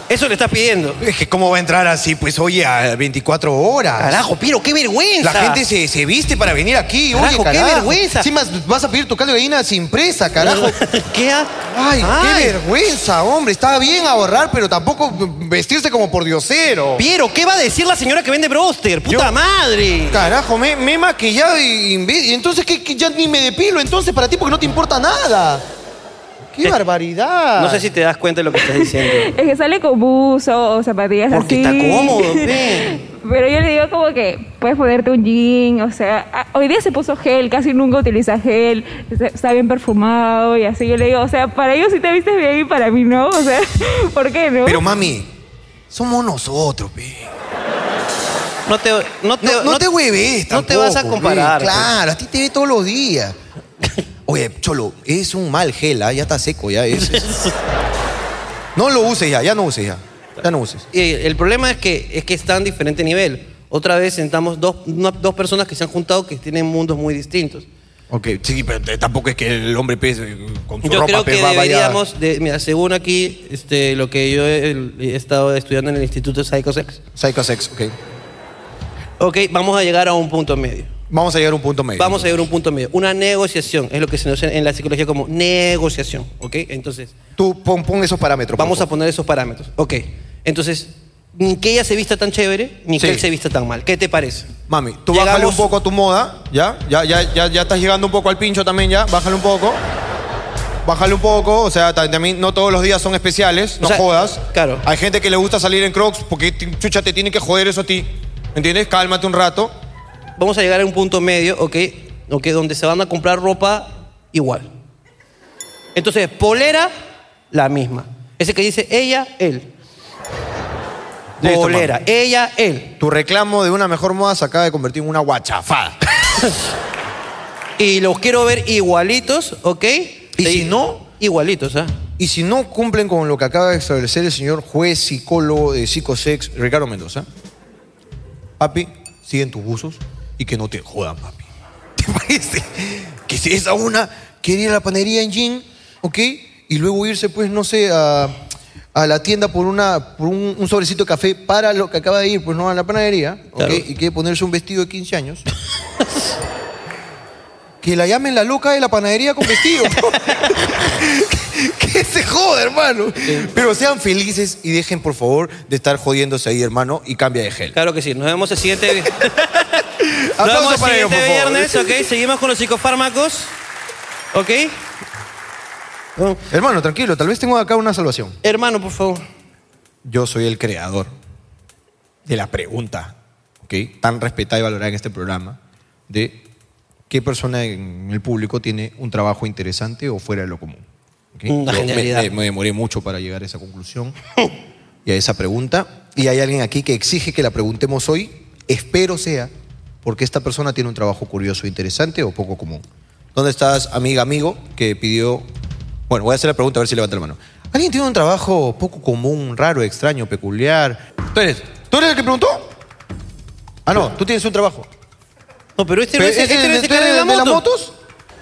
Speaker 2: Eso le estás pidiendo.
Speaker 1: Es que cómo va a entrar así, pues oye, a 24 horas.
Speaker 2: Carajo, Piro, qué vergüenza.
Speaker 1: La gente se, se viste para venir aquí,
Speaker 2: Carajo,
Speaker 1: oye,
Speaker 2: qué
Speaker 1: carajo.
Speaker 2: vergüenza.
Speaker 1: Encima vas a pedir tu caldo de gallina sin presa, carajo.
Speaker 2: ¿Qué? ha-
Speaker 1: Ay,
Speaker 2: Ay.
Speaker 1: qué vergüenza, hombre. Está bien ahorrar, pero tampoco vestirse como por diosero.
Speaker 2: Piero, ¿qué va a decir la señora que vende broster? ¡Puta madre!
Speaker 1: Carajo, me, me he maquillado y, y en vez- y entonces ¿qué, qué? ya ni me depilo entonces para ti porque no te importa nada. ¡Qué barbaridad!
Speaker 2: Eh, No sé si te das cuenta de lo que estás diciendo.
Speaker 5: Es que sale con buzo o zapatillas
Speaker 2: Porque
Speaker 5: así.
Speaker 2: está cómodo, ve.
Speaker 5: Pero yo le digo como que puedes ponerte un jean, o sea, ah, hoy día se puso gel, casi nunca utiliza gel, está- está bien perfumado y así. Yo le digo, o sea, para ellos sí te vistes bien y para mí no, o sea, ¿por qué no?
Speaker 1: Pero mami, somos nosotros, pe.
Speaker 2: No te, no te,
Speaker 1: No, no te hueves
Speaker 2: No te vas a
Speaker 1: tampoco,
Speaker 2: comparar.
Speaker 1: pe. Claro, a ti te ve todos los días. Oye, Cholo, es un mal gel, ¿ah? ya está seco, ya es. es- No lo uses ya, ya no uses ya. Ya no uses.
Speaker 2: Y el problema es que, es que está en diferente nivel. Otra vez sentamos dos, una- dos personas que se han juntado que tienen mundos muy distintos.
Speaker 1: Ok, sí, pero t- tampoco es que el hombre pez eh, con su
Speaker 2: Yo
Speaker 1: ropa
Speaker 2: creo
Speaker 1: pues,
Speaker 2: que
Speaker 1: va- vaya-
Speaker 2: deberíamos, de- mira, según aquí, este, lo que yo he, he estado estudiando en el Instituto Psychosex.
Speaker 1: Psychosex, ok.
Speaker 2: Ok, vamos a llegar a un punto medio.
Speaker 1: Vamos a llegar a un punto medio.
Speaker 2: Vamos a llegar a un punto medio. Una negociación, es lo que se conoce en la psicología como negociación, ¿ok? Entonces...
Speaker 1: Tú pon, pon esos parámetros.
Speaker 2: Vamos a poner esos parámetros, ok. Entonces, ni que ella se vista tan chévere, ni que
Speaker 1: Sí.
Speaker 2: él se vista tan mal. ¿Qué te parece?
Speaker 1: Mami, tú bájale un
Speaker 2: Llegamos-
Speaker 1: poco a tu moda, ¿ya? Ya, ya, ya, ya estás llegando un poco al pincho también, ¿ya? Bájale un poco. Bájale un poco, o sea, ta- también no todos los días son especiales, no jodas. Claro. Hay gente que le gusta salir en crocs porque, ti- chucha, te tiene que joder eso a ti. ¿Entiendes? Cálmate un rato.
Speaker 2: Vamos a llegar a un punto medio, ¿ok? Ok, donde se van a comprar ropa igual. Entonces, polera, la misma. Ese que dice ella, él.
Speaker 1: Listo,
Speaker 2: Polera,
Speaker 1: mami.
Speaker 2: ella, él.
Speaker 1: Tu reclamo de una mejor moda se acaba de convertir en una guachafada.
Speaker 2: Y los quiero ver igualitos, ¿ok?
Speaker 1: Y si no...
Speaker 2: Igualitos, ¿ah?
Speaker 1: Y si no cumplen con lo que acaba de establecer el señor juez, psicólogo de psicosex, Ricardo Mendoza, papi, siguen tus usos y que no te jodan, papi. ¿Te parece? Que si es a una, quiere ir a la panadería en jean, ¿ok? Y luego irse, pues, no sé, a, a la tienda por, una, por un, un sobrecito de café para lo que acaba de ir, pues, no a la panadería, ¿ok?
Speaker 2: Claro.
Speaker 1: Y quiere ponerse un vestido de 15 años. que la llamen la loca de la panadería con vestido. que se joda, hermano. Pero sean felices y dejen, por favor, de estar jodiéndose ahí, hermano, y cambia de gel.
Speaker 2: Claro que sí. Nos vemos el siguiente, vi- Nos
Speaker 1: Aplauso
Speaker 2: vemos el
Speaker 1: para ellos,
Speaker 2: siguiente
Speaker 1: por favor.
Speaker 2: viernes, ¿ok? Seguimos con los psicofármacos, ¿ok?
Speaker 1: Hermano, tranquilo, tal vez tengo acá una salvación.
Speaker 2: Hermano, por favor.
Speaker 1: Yo soy el creador de la pregunta, ¿ok? Tan respetada y valorada en este programa, de qué persona en el público tiene un trabajo interesante o fuera de lo común. ¿ok?
Speaker 2: Una
Speaker 1: Yo me-
Speaker 2: genialidad.
Speaker 1: me- me demoré mucho para llegar a esa conclusión y a esa pregunta. Y hay alguien aquí que exige que la preguntemos hoy. Espero sea porque esta persona tiene un trabajo curioso, e interesante o poco común. ¿Dónde estás, amiga, amigo, que pidió... Bueno, voy a hacer la pregunta a ver si levanta la mano. ¿Alguien tiene un trabajo poco común, raro, extraño, peculiar? ¿Tú eres? ¿Tú eres el que preguntó? Ah, no, tú tienes un trabajo.
Speaker 2: No, pero este no es- este no es el
Speaker 1: ¿tú
Speaker 2: que
Speaker 1: eres
Speaker 2: de la
Speaker 1: eh, de las
Speaker 2: moto.
Speaker 1: motos?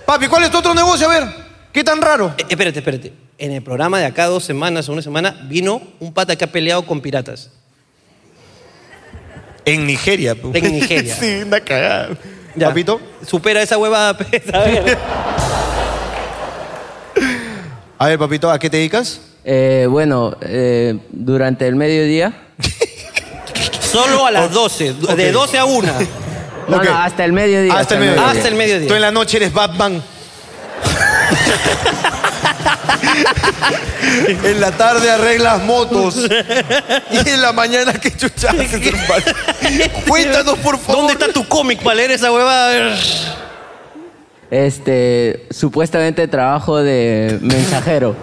Speaker 1: Papi, ¿cuál es tu otro negocio? A ver, ¿qué tan raro?
Speaker 2: Eh, espérate, espérate. En el programa de acá dos semanas o una semana vino un pata que ha peleado con piratas.
Speaker 1: En Nigeria. pu.
Speaker 2: En Nigeria.
Speaker 1: sí, una cagada. Papito.
Speaker 2: Supera esa huevada, pues, a ver.
Speaker 1: A ver, papito, ¿a qué te dedicas?
Speaker 12: Eh, bueno, eh, durante el mediodía.
Speaker 2: Solo a las 12, du- de 12 a 1.
Speaker 12: No, no, hasta el mediodía.
Speaker 2: Hasta el mediodía. Hasta el mediodía.
Speaker 1: Tú en la noche eres Batman. en la tarde arreglas motos. y en la mañana que chuchas. hermano? Cuéntanos, por favor.
Speaker 2: ¿Dónde está tu cómic para leer esa huevada? A ver.
Speaker 12: Este, supuestamente trabajo de mensajero,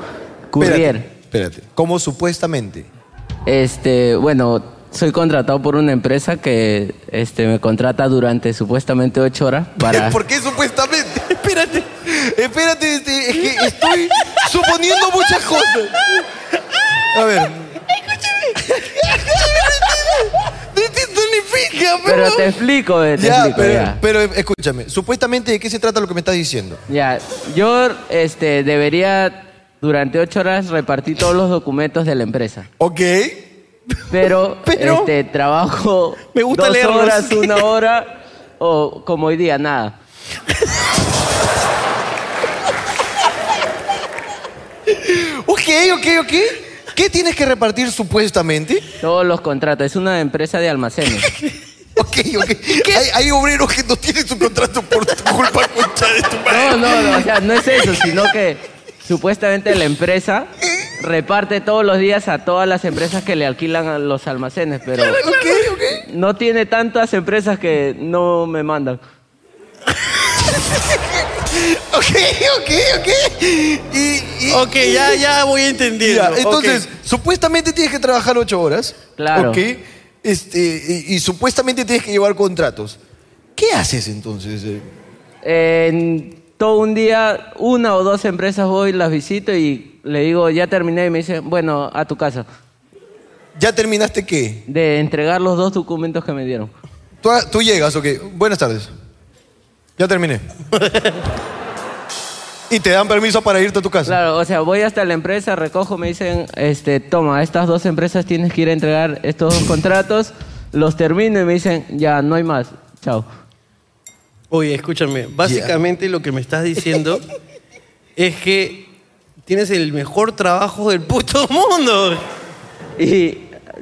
Speaker 12: courier.
Speaker 1: Espérate, ¿cómo supuestamente?
Speaker 12: Este, bueno, soy contratado por una empresa que este, me contrata durante supuestamente ocho horas para...
Speaker 1: ¿Por qué supuestamente? Espérate, espérate, este, es que estoy suponiendo muchas cosas. A ver.
Speaker 12: Pero te explico, te
Speaker 1: Ya,
Speaker 12: explico,
Speaker 1: pero,
Speaker 12: ya.
Speaker 1: pero escúchame, supuestamente de qué se trata lo que me estás diciendo.
Speaker 12: Ya, yo este, debería durante ocho horas repartir todos los documentos de la empresa.
Speaker 1: Ok.
Speaker 12: Pero, este, trabajo
Speaker 2: Me gusta
Speaker 12: dos
Speaker 2: leerlos.
Speaker 12: horas, una hora, o como hoy día, nada.
Speaker 1: Ok, ok, ok. ¿Qué tienes que repartir supuestamente?
Speaker 12: Todos los contratos, es una empresa de almacenes.
Speaker 1: Ok, ok. Hay, hay obreros que no tienen su contrato por tu culpa, concha de tu madre.
Speaker 12: No, no, no, o sea, no es eso, sino que supuestamente la empresa reparte todos los días a todas las empresas que le alquilan a los almacenes, pero no tiene tantas empresas que no me mandan.
Speaker 1: Ok, ok, ok. Y,
Speaker 2: Ok, ya, ya voy entendiendo.
Speaker 1: Ya, entonces, supuestamente tienes que trabajar ocho horas.
Speaker 12: Claro.
Speaker 1: Ok. Este, y, y supuestamente tienes que llevar contratos. ¿Qué haces entonces? eh?
Speaker 12: En todo un día, una o dos empresas voy, las visito y le digo, ya terminé, y me dicen, bueno, a tu casa.
Speaker 1: ¿Ya terminaste qué? ah,
Speaker 12: De entregar los dos documentos que me dieron.
Speaker 1: Tú, tú llegas, ok. Buenas tardes. Ya terminé. y te dan permiso para irte a tu casa.
Speaker 12: Claro, o sea, voy hasta la empresa, recojo, me dicen, este, toma, estas dos empresas tienes que ir a entregar estos dos contratos, los termino y me dicen, ya, no hay más, chao.
Speaker 2: Oye, escúchame, básicamente lo que me estás diciendo es que tienes el mejor trabajo del puto mundo.
Speaker 12: Y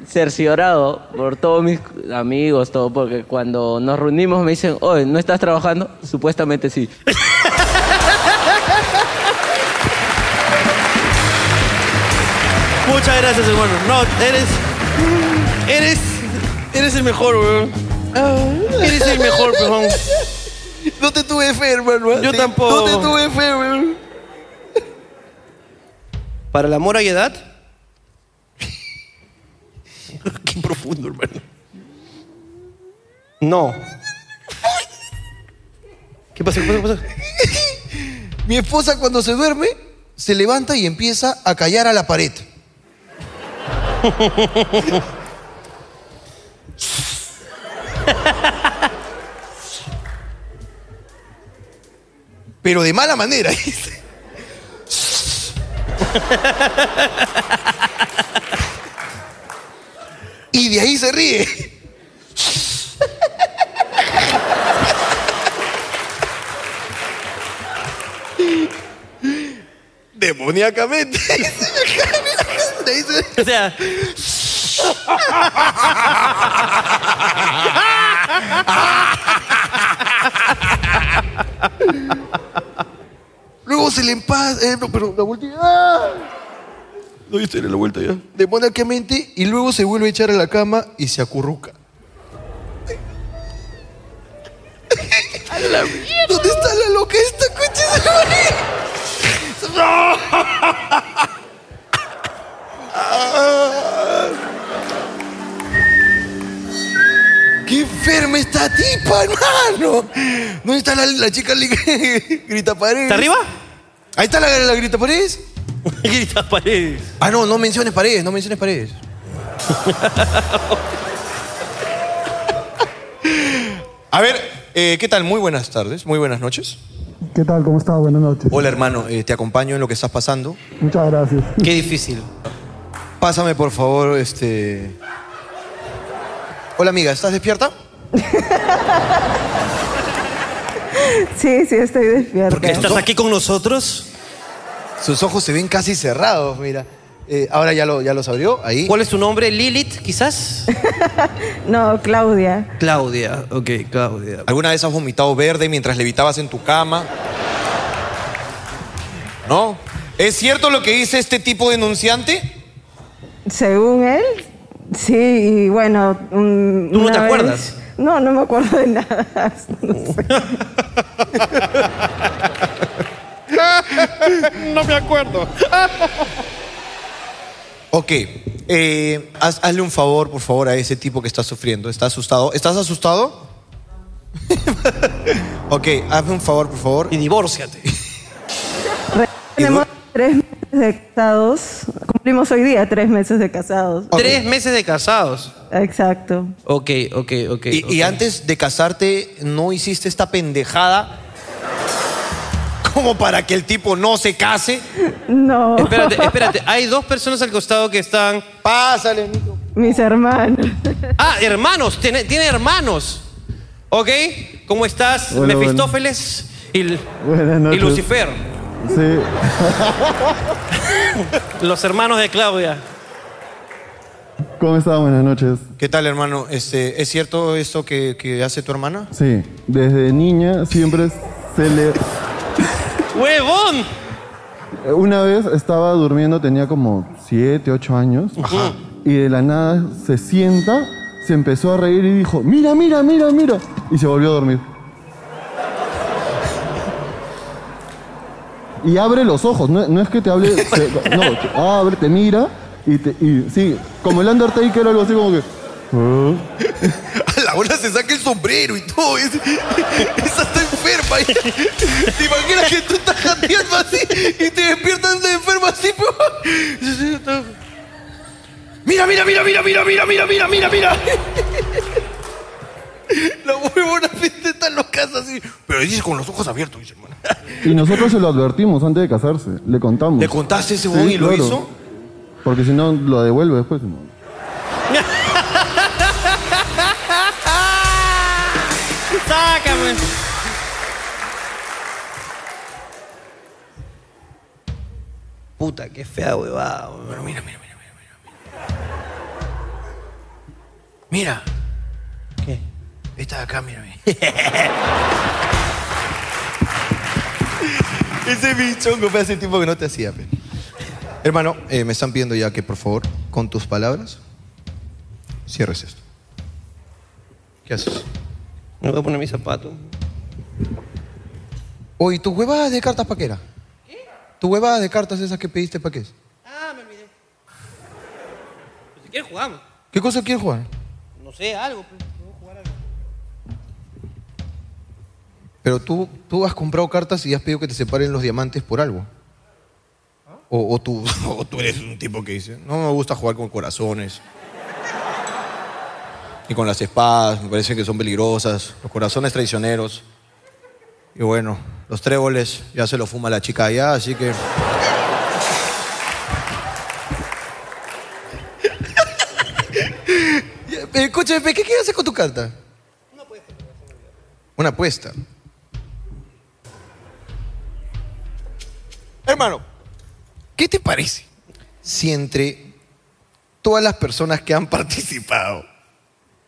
Speaker 12: cerciorado por todos mis amigos, todo, porque cuando nos reunimos me dicen, oye, ¿no estás trabajando? Supuestamente sí.
Speaker 2: Muchas gracias, hermano. No, eres. Eres. Eres el mejor, weón. Eres el mejor, perdón.
Speaker 1: No te tuve fe, hermano.
Speaker 2: Yo
Speaker 1: Te-
Speaker 2: tampoco.
Speaker 1: No te tuve fe, weón.
Speaker 2: Para la amor hay edad. Qué profundo, hermano. No. ¿Qué pasa? ¿Qué pasa? ¿Qué pasa?
Speaker 1: Mi esposa cuando se duerme, se levanta y empieza a callar a la pared. Pero de mala manera. y de ahí se ríe. Demoníacamente.
Speaker 2: O sea.
Speaker 1: Luego se le empasa. eh, no, pero la vuelta. ¡Ah! No, yo estoy en la vuelta ya. Demoníacamente y luego se vuelve a echar a la cama y se acurruca.
Speaker 9: ¿Dónde está la loca esta coche de
Speaker 1: ¡Qué enferma esta tipa, hermano! ¿Dónde está la, la chica li- grita paredes?
Speaker 2: ¿Está arriba?
Speaker 1: Ahí está la, la grita paredes.
Speaker 2: Grita paredes.
Speaker 1: Ah, no, no menciones paredes, no menciones paredes. A ver, eh, ¿qué tal? Muy buenas tardes, muy buenas noches.
Speaker 19: ¿Qué tal? ¿Cómo estás? Buenas noches.
Speaker 1: Hola, hermano, eh, te acompaño en lo que estás pasando.
Speaker 19: Muchas gracias.
Speaker 2: Qué difícil.
Speaker 1: Pásame, por favor, este. Hola, amiga, ¿estás despierta?
Speaker 14: Sí, sí, estoy despierta.
Speaker 1: aquí con nosotros? Sus ojos se ven casi cerrados, mira. Eh, ahora ya, lo, ya los abrió, ahí.
Speaker 2: ¿Cuál es tu nombre? ¿Lilith, quizás?
Speaker 14: No, Claudia.
Speaker 2: Claudia, ok, Claudia.
Speaker 1: ¿Alguna vez has vomitado verde mientras levitabas en tu cama? ¿No? ¿Es cierto lo que dice este tipo denunciante?
Speaker 14: Según él, sí, y bueno. ¿Tú
Speaker 1: ¿Tú no te acuerdas?
Speaker 14: No, no me acuerdo de nada. No sé.
Speaker 9: No me acuerdo.
Speaker 1: Ok. eh, haz- hazle un favor, por favor, a ese tipo que está sufriendo. Está asustado. ¿Estás asustado? ok, hazme un favor, por favor. Y divórciate.
Speaker 14: Tenemos tres meses de casados. Cumplimos hoy día tres meses de casados.
Speaker 2: Tres meses de casados.
Speaker 14: Exacto.
Speaker 2: Ok, ok, ok.
Speaker 1: Y, y antes de casarte, ¿no hiciste esta pendejada? Como para que el tipo no se case.
Speaker 14: No.
Speaker 2: Espérate, espérate. Hay dos personas al costado que están.
Speaker 1: Pásale,
Speaker 14: Mis hermanos.
Speaker 2: Ah, hermanos. Tiene, tiene hermanos. Ok. ¿Cómo estás?
Speaker 19: Hola,
Speaker 2: Mefistófeles y, L-
Speaker 19: Buenas
Speaker 2: y
Speaker 19: noches.
Speaker 2: Lucifer.
Speaker 19: Sí.
Speaker 2: Los hermanos de Claudia.
Speaker 19: ¿Cómo estás? Buenas noches.
Speaker 1: ¿Qué tal, hermano? Este, ¿Es cierto esto que, que hace tu hermana?
Speaker 19: Sí, desde niña siempre se le...
Speaker 2: ¡Huevón!
Speaker 19: Eh, Una vez estaba durmiendo, tenía como 7, 8 años. Y de la nada se sienta, se empezó a reír y dijo, mira, mira, mira, mira. Y se volvió a dormir. Y abre los ojos, no, no es que te hable, se- no, abre, te mira y, te, y sí, como el Undertaker o algo así como que... "Ah".
Speaker 1: A la hora se saca el sombrero y todo. es- esa está enferma. ¿Te imaginas que tú estás jateando así y te despiertas de enferma así? po?
Speaker 9: Mira, mira, mira, mira, mira, mira, mira, mira, mira, mira.
Speaker 1: La huevona está en los casas así.
Speaker 3: sí. Pero dices con los ojos abiertos, dice, hermano.
Speaker 19: Y nosotros se lo advertimos antes de casarse. Le contamos.
Speaker 3: ¿Le contaste ese huevón y lo hizo?
Speaker 19: Porque si no, lo devuelve después. ¿no?
Speaker 2: Sácame. Puta, qué fea huevada. Bueno, mira, mira, mira,
Speaker 3: Mira. ¿Qué? Esta de acá, mírame.
Speaker 1: Ese bichongo fue hace tiempo que no te hacía, pe. Hermano, eh, me están pidiendo ya que, por favor, con tus palabras, cierres esto. ¿Qué haces?
Speaker 2: Me voy a poner mis zapatos.
Speaker 1: Oye, ¿tus huevadas de cartas pa' qué era? ¿Tu huevadas de cartas esas que pediste pa' qué es?
Speaker 2: Ah, me olvidé. Pues si quieres jugamos.
Speaker 1: ¿Qué cosa quieres jugar?
Speaker 2: No sé, algo. pues.
Speaker 1: Pero tú, tú has comprado cartas y has pedido que te separen los diamantes por algo. O, o tú, o tú eres un tipo que dice, no me gusta jugar con corazones. Y con las espadas, me parece que son peligrosas. Los corazones traicioneros. Y bueno, los tréboles ya se los fuma la chica allá, así que... Ya, pero Escúchame, pe, ¿qué quieres hacer con tu carta? Una apuesta. Hermano, ¿qué te parece si entre todas las personas que han participado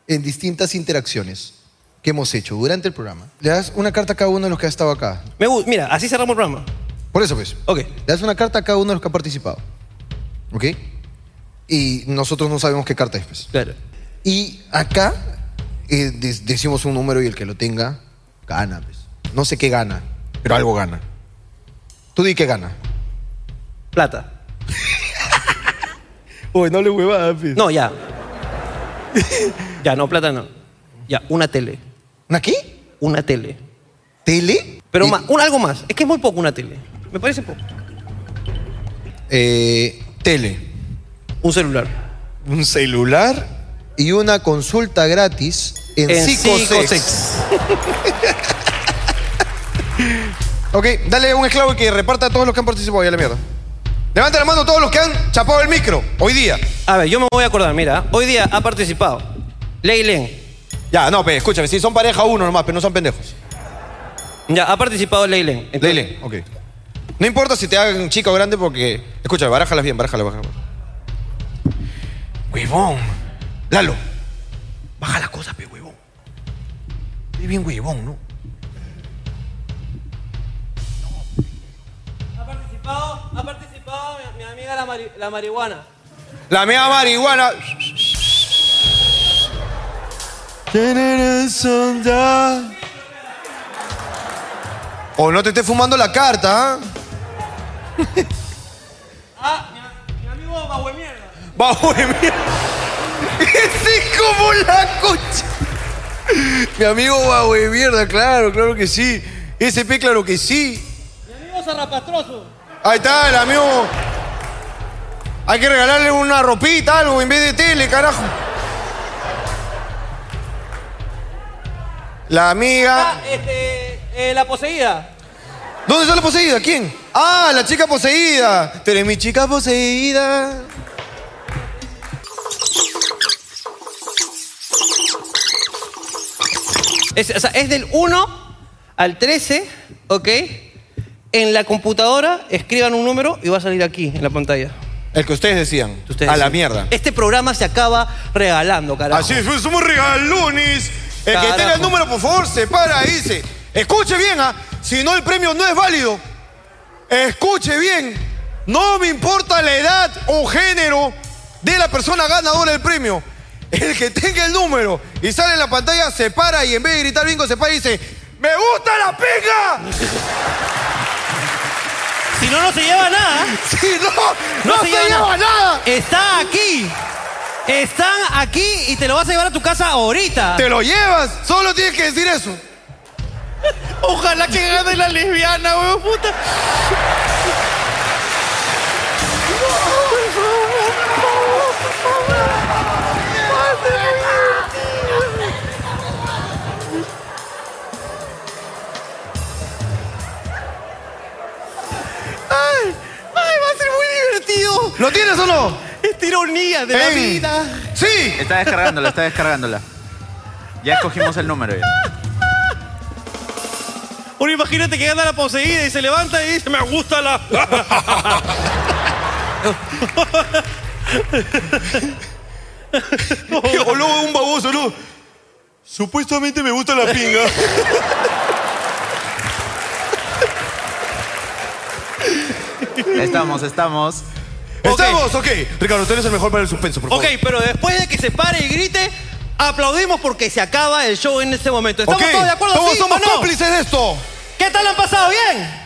Speaker 1: en distintas interacciones que hemos hecho durante el programa, le das una carta a cada uno de los que ha estado acá?
Speaker 2: Me gu- mira, así cerramos el programa.
Speaker 1: Por eso pues.
Speaker 2: Ok.
Speaker 1: Le das una carta a cada uno de los que ha participado. ¿Ok? Y nosotros no sabemos qué carta es pues.
Speaker 2: Claro.
Speaker 1: Y acá eh, de- decimos un número y el que lo tenga gana. pues. No sé qué gana, pero algo gana. Tú di qué gana.
Speaker 2: Plata.
Speaker 1: Uy, no le huevada,
Speaker 2: No, ya. ya, no, plata no. Ya, una tele.
Speaker 1: ¿Una qué?
Speaker 2: Una tele.
Speaker 1: ¿Tele?
Speaker 2: Pero más, un- algo más. Es que es muy poco una tele. Me parece poco.
Speaker 1: Eh, tele.
Speaker 2: Un celular.
Speaker 1: Un celular y una consulta gratis en,
Speaker 2: En
Speaker 1: Psicosex.
Speaker 2: Psicosex.
Speaker 1: ok, dale un esclavo que reparta a todos los que han participado y a la mierda. Levanta la mano todos los que han chapado el micro hoy día.
Speaker 2: A ver, yo me voy a acordar, mira. Hoy día ha participado Leylen.
Speaker 1: Ya, no, pe, escúchame, si son pareja uno nomás, pero no son pendejos.
Speaker 2: Ya, ha participado Leylen.
Speaker 1: Leylen, ok. No importa si te hagan chica o grande porque. Escúchame, barájalas bien, barájalas, barájalas. Huevón. Lalo.
Speaker 3: Baja la cosa, pe, huevón. Eres bien huevón, ¿no?
Speaker 2: Ha participado mi, amiga la, marihuana.
Speaker 1: La mea marihuana. ¿Quién eres, onda? O no te estés fumando la carta, ¿ah? Bajo de mierda. Ese es como la concha. Mi amigo bajo de mierda, claro, claro que sí. SP, claro que sí.
Speaker 2: zarrapastroso.
Speaker 1: Ahí está, el amigo. Hay que regalarle una ropita, algo, en vez de tele, carajo. La amiga.
Speaker 2: Ah, este, la poseída.
Speaker 1: ¿Dónde está la poseída? ¿Quién? Ah, la chica poseída. Tú eres mi chica poseída.
Speaker 2: Es, o sea, es del 1 al 13, ¿ok? En la computadora escriban un número y va a salir aquí, en la pantalla.
Speaker 1: El que ustedes decían.
Speaker 2: Ustedes
Speaker 1: a la
Speaker 2: decían.
Speaker 1: mierda.
Speaker 2: Este programa se acaba regalando, carajo.
Speaker 1: Así es, pues, somos regalones. El que tenga el número, por favor, se para y dice. Escuche bien, ¿ah? si no el premio no es válido. Escuche bien. No me importa la edad o género de la persona ganadora del premio. El que tenga el número y sale en la pantalla se para y en vez de gritar bingo se para y dice, ¡Me gusta la pinga!
Speaker 2: Si no, no se lleva nada.
Speaker 1: Si no, no, se, lleva nada.
Speaker 2: Está aquí. Están aquí y te lo vas a llevar a tu casa ahorita.
Speaker 1: Te lo llevas, solo tienes que decir eso.
Speaker 2: Ojalá que gane la lesbiana, weón, puta.
Speaker 1: ¿Gracias o no?
Speaker 2: Es ironía de la
Speaker 1: En-
Speaker 2: vida.
Speaker 1: ¡Sí!
Speaker 20: Está descargándola, está descargándola. Ya escogimos el número. ya.
Speaker 2: Uno imagínate que gana la poseída y se levanta y dice, me gusta la...
Speaker 1: O luego un baboso, ¿no? Supuestamente me gusta la pinga.
Speaker 20: Estamos, estamos.
Speaker 1: ¿Estamos? Ok. Ricardo, tú eres el mejor para el suspenso, por favor.
Speaker 2: Ok, pero después de que se pare y grite, aplaudimos porque se acaba el show en este momento. ¿Estamos
Speaker 1: Ok,
Speaker 2: todos de acuerdo?
Speaker 1: todos
Speaker 2: ¿Sí
Speaker 1: somos
Speaker 2: o no?
Speaker 1: cómplices de esto.
Speaker 2: ¿Qué tal han pasado? ¿Bien?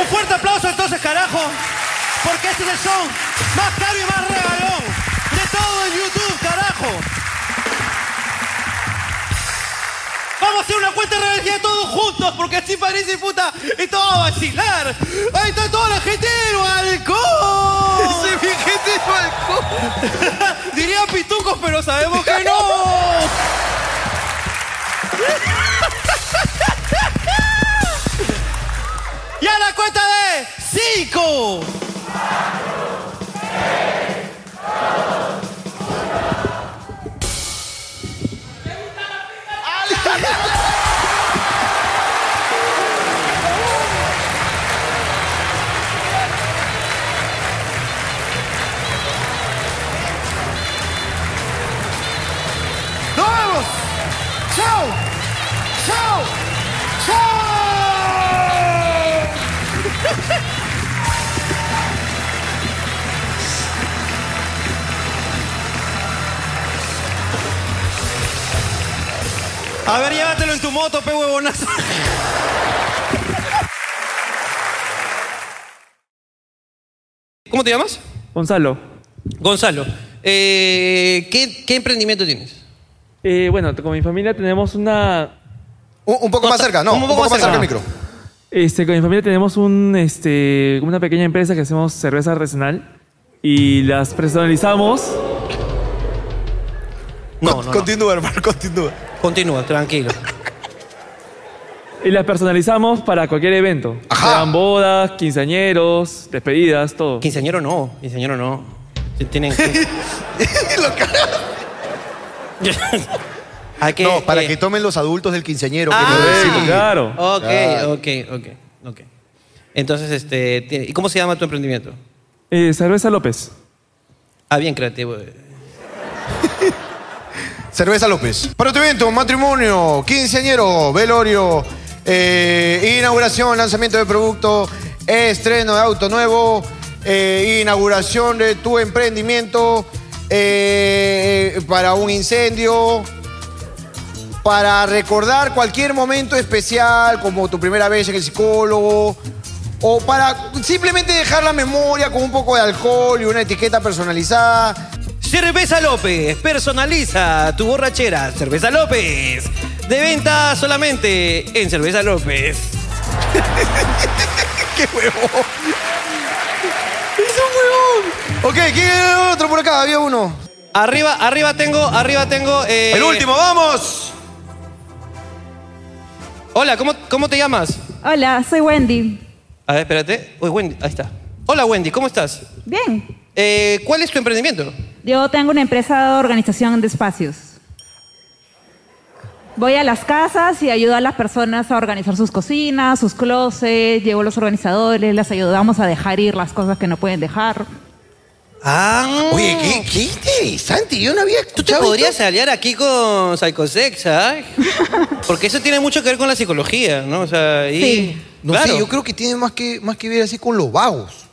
Speaker 2: Un fuerte aplauso entonces, carajo. Porque este es el show más caro y más regalón de todo en YouTube, carajo. Vamos a hacer una cuenta de energía todos juntos, porque así parece puta. Y todo va a vacilar. Ahí está toda la gente de balcón. Sí, mi gente de balcón. Diría pitucos, pero sabemos que no. Y a la cuenta de cinco.
Speaker 9: ¡Nos vemos! ¡Chao! ¡Chao! ¡Chao!
Speaker 2: A ver, llévatelo en tu moto, pe huevonazo. ¿Cómo te llamas?
Speaker 4: Gonzalo.
Speaker 2: Gonzalo. eh, ¿qué, qué emprendimiento tienes?
Speaker 4: Eh, bueno, con mi familia tenemos una.
Speaker 1: Un, poco más cerca, no, un poco más cerca el micro.
Speaker 4: Este, con mi familia tenemos un, este, una pequeña empresa que hacemos cerveza artesanal y las personalizamos.
Speaker 2: No, no,
Speaker 1: Continúa, hermano, continúa.
Speaker 2: Continúa, tranquilo.
Speaker 4: Y las personalizamos para cualquier evento. Sean bodas, quinceañeros, despedidas, todo.
Speaker 2: Quinceañero no, quinceañero no. Sí, Tienen que- Hay que-
Speaker 1: no, para
Speaker 2: eh.
Speaker 1: que tomen los adultos del quinceañero. que
Speaker 2: Ah,
Speaker 1: lo deciden.
Speaker 2: Ok,
Speaker 1: Claro.
Speaker 2: ok, ok, ok. Entonces, este, tiene- ¿y cómo se llama tu emprendimiento?
Speaker 4: Eh, cerveza López.
Speaker 2: Ah, bien creativo.
Speaker 1: Cerveza López. Para tu evento, matrimonio, quinceañero, velorio, eh, inauguración, lanzamiento de producto, estreno de auto nuevo, eh, inauguración de tu emprendimiento, eh, para un incendio, para recordar cualquier momento especial, como tu primera vez en el psicólogo, o para simplemente dejar la memoria con un poco de alcohol y una etiqueta personalizada.
Speaker 2: Cerveza López, personaliza tu borrachera. Cerveza López, de venta solamente en Cerveza López.
Speaker 1: ¡Qué huevo! ¡Es un huevón! Ok, ¿quién era el otro por acá? Había uno.
Speaker 2: Arriba, arriba tengo, arriba tengo. eh,
Speaker 1: ¡El último, vamos!
Speaker 2: Hola, ¿cómo, cómo te llamas?
Speaker 21: Hola, soy Wendy.
Speaker 2: A ver, espérate. Uy, Wendy, ahí está. Hola, Wendy, ¿cómo estás?
Speaker 21: Bien,
Speaker 2: Eh, ¿Cuál es tu emprendimiento?
Speaker 21: yo tengo una empresa de organización de espacios. Voy a las casas y ayudo a las personas a organizar sus cocinas, sus closets, llevo los organizadores, las ayudamos a dejar ir las cosas que no pueden dejar.
Speaker 2: Ah.
Speaker 22: Oye, qué, qué interesante. Yo no había
Speaker 2: Tú te
Speaker 22: escuchado
Speaker 2: podrías
Speaker 22: esto.
Speaker 2: aliar aquí con Psychosex, ¿ah? Porque eso tiene mucho que ver con la psicología, ¿no? O sea, y,
Speaker 22: No
Speaker 2: claro.
Speaker 22: sé, yo creo que tiene más que, más que ver así con los vagos.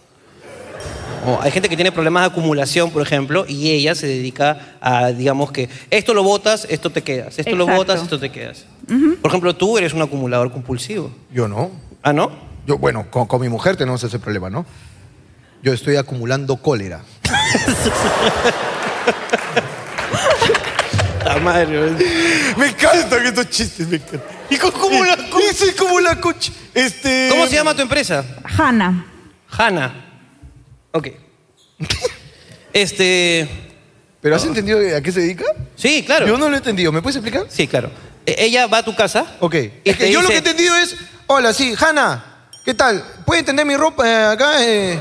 Speaker 2: O Oh, hay gente que tiene problemas de acumulación, por ejemplo, y ella se dedica a, digamos que, esto lo botas, esto te quedas, esto lo
Speaker 21: Exacto.
Speaker 2: botas, esto te quedas. Por ejemplo, tú eres un acumulador compulsivo.
Speaker 1: Yo no.
Speaker 2: ¿Ah, no?
Speaker 1: Yo, bueno, con, con mi mujer tenemos ese problema, ¿no? Yo estoy acumulando cólera.
Speaker 2: La madre.
Speaker 1: Me encantan estos chistes, me encantan.
Speaker 2: ¿Y con cómo la
Speaker 1: Eso es como la coche. Este.
Speaker 2: ¿Cómo se llama tu empresa?
Speaker 21: Hanna,
Speaker 2: Hanna. Ok. este.
Speaker 1: ¿Pero has entendido a qué se dedica?
Speaker 2: Sí, claro.
Speaker 1: Yo no lo he entendido. ¿Me puedes explicar?
Speaker 2: Sí, claro. E- Ella va a tu casa.
Speaker 1: Ok.
Speaker 2: y
Speaker 1: Es que
Speaker 2: te
Speaker 1: yo lo que he
Speaker 2: dice-
Speaker 1: entendido es. Hola, sí, Hanna, ¿qué tal? ¿Puede tender mi ropa eh, acá? eh?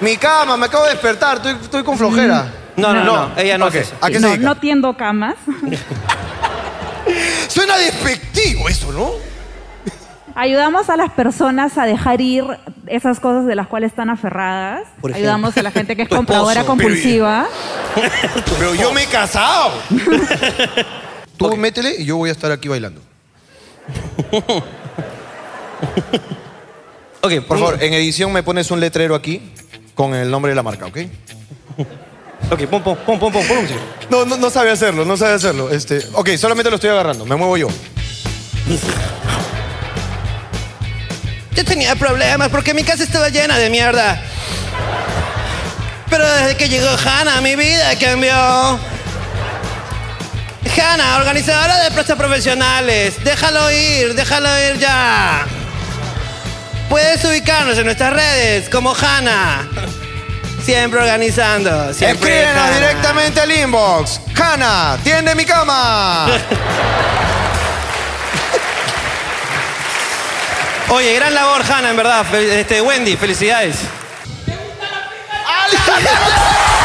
Speaker 1: Mi cama, me acabo de despertar, estoy, estoy con flojera.
Speaker 2: Mm. No, no, no, ella no
Speaker 1: Ok,
Speaker 2: hace eso.
Speaker 1: ¿A qué se
Speaker 21: no,
Speaker 1: dedica?
Speaker 21: no tiendo camas.
Speaker 1: Suena despectivo eso, ¿no?
Speaker 21: Ayudamos a las personas a dejar ir esas cosas de las cuales están aferradas.
Speaker 1: Por ejemplo.
Speaker 21: Ayudamos a la gente que es
Speaker 1: Tu esposo.
Speaker 21: compradora compulsiva.
Speaker 1: Pero yo me he casado. Tú métele y yo voy a estar aquí bailando. ok, por
Speaker 2: Eh,
Speaker 1: favor, en edición me pones un letrero aquí con el nombre de la marca, ¿ok?
Speaker 2: Ok, pon, pon, pon, pon, pon, pon música.
Speaker 1: No, no, no sabe hacerlo, no sabe hacerlo. Este, ok, solamente lo estoy agarrando, me muevo yo.
Speaker 2: Yo tenía problemas porque mi casa estaba llena de mierda. Pero desde que llegó Hannah, mi vida cambió. Hannah, organizadora de prestas profesionales, déjalo ir, déjalo ir ya. Puedes ubicarnos en nuestras redes como Hannah. Siempre organizando, siempre.
Speaker 1: Escríbenos
Speaker 2: Hannah.
Speaker 1: directamente al inbox. Hanna, tiende mi cama.
Speaker 2: Oye, gran labor, Hannah, en verdad. Fel- Este, Wendy, felicidades.
Speaker 1: ¡Ala!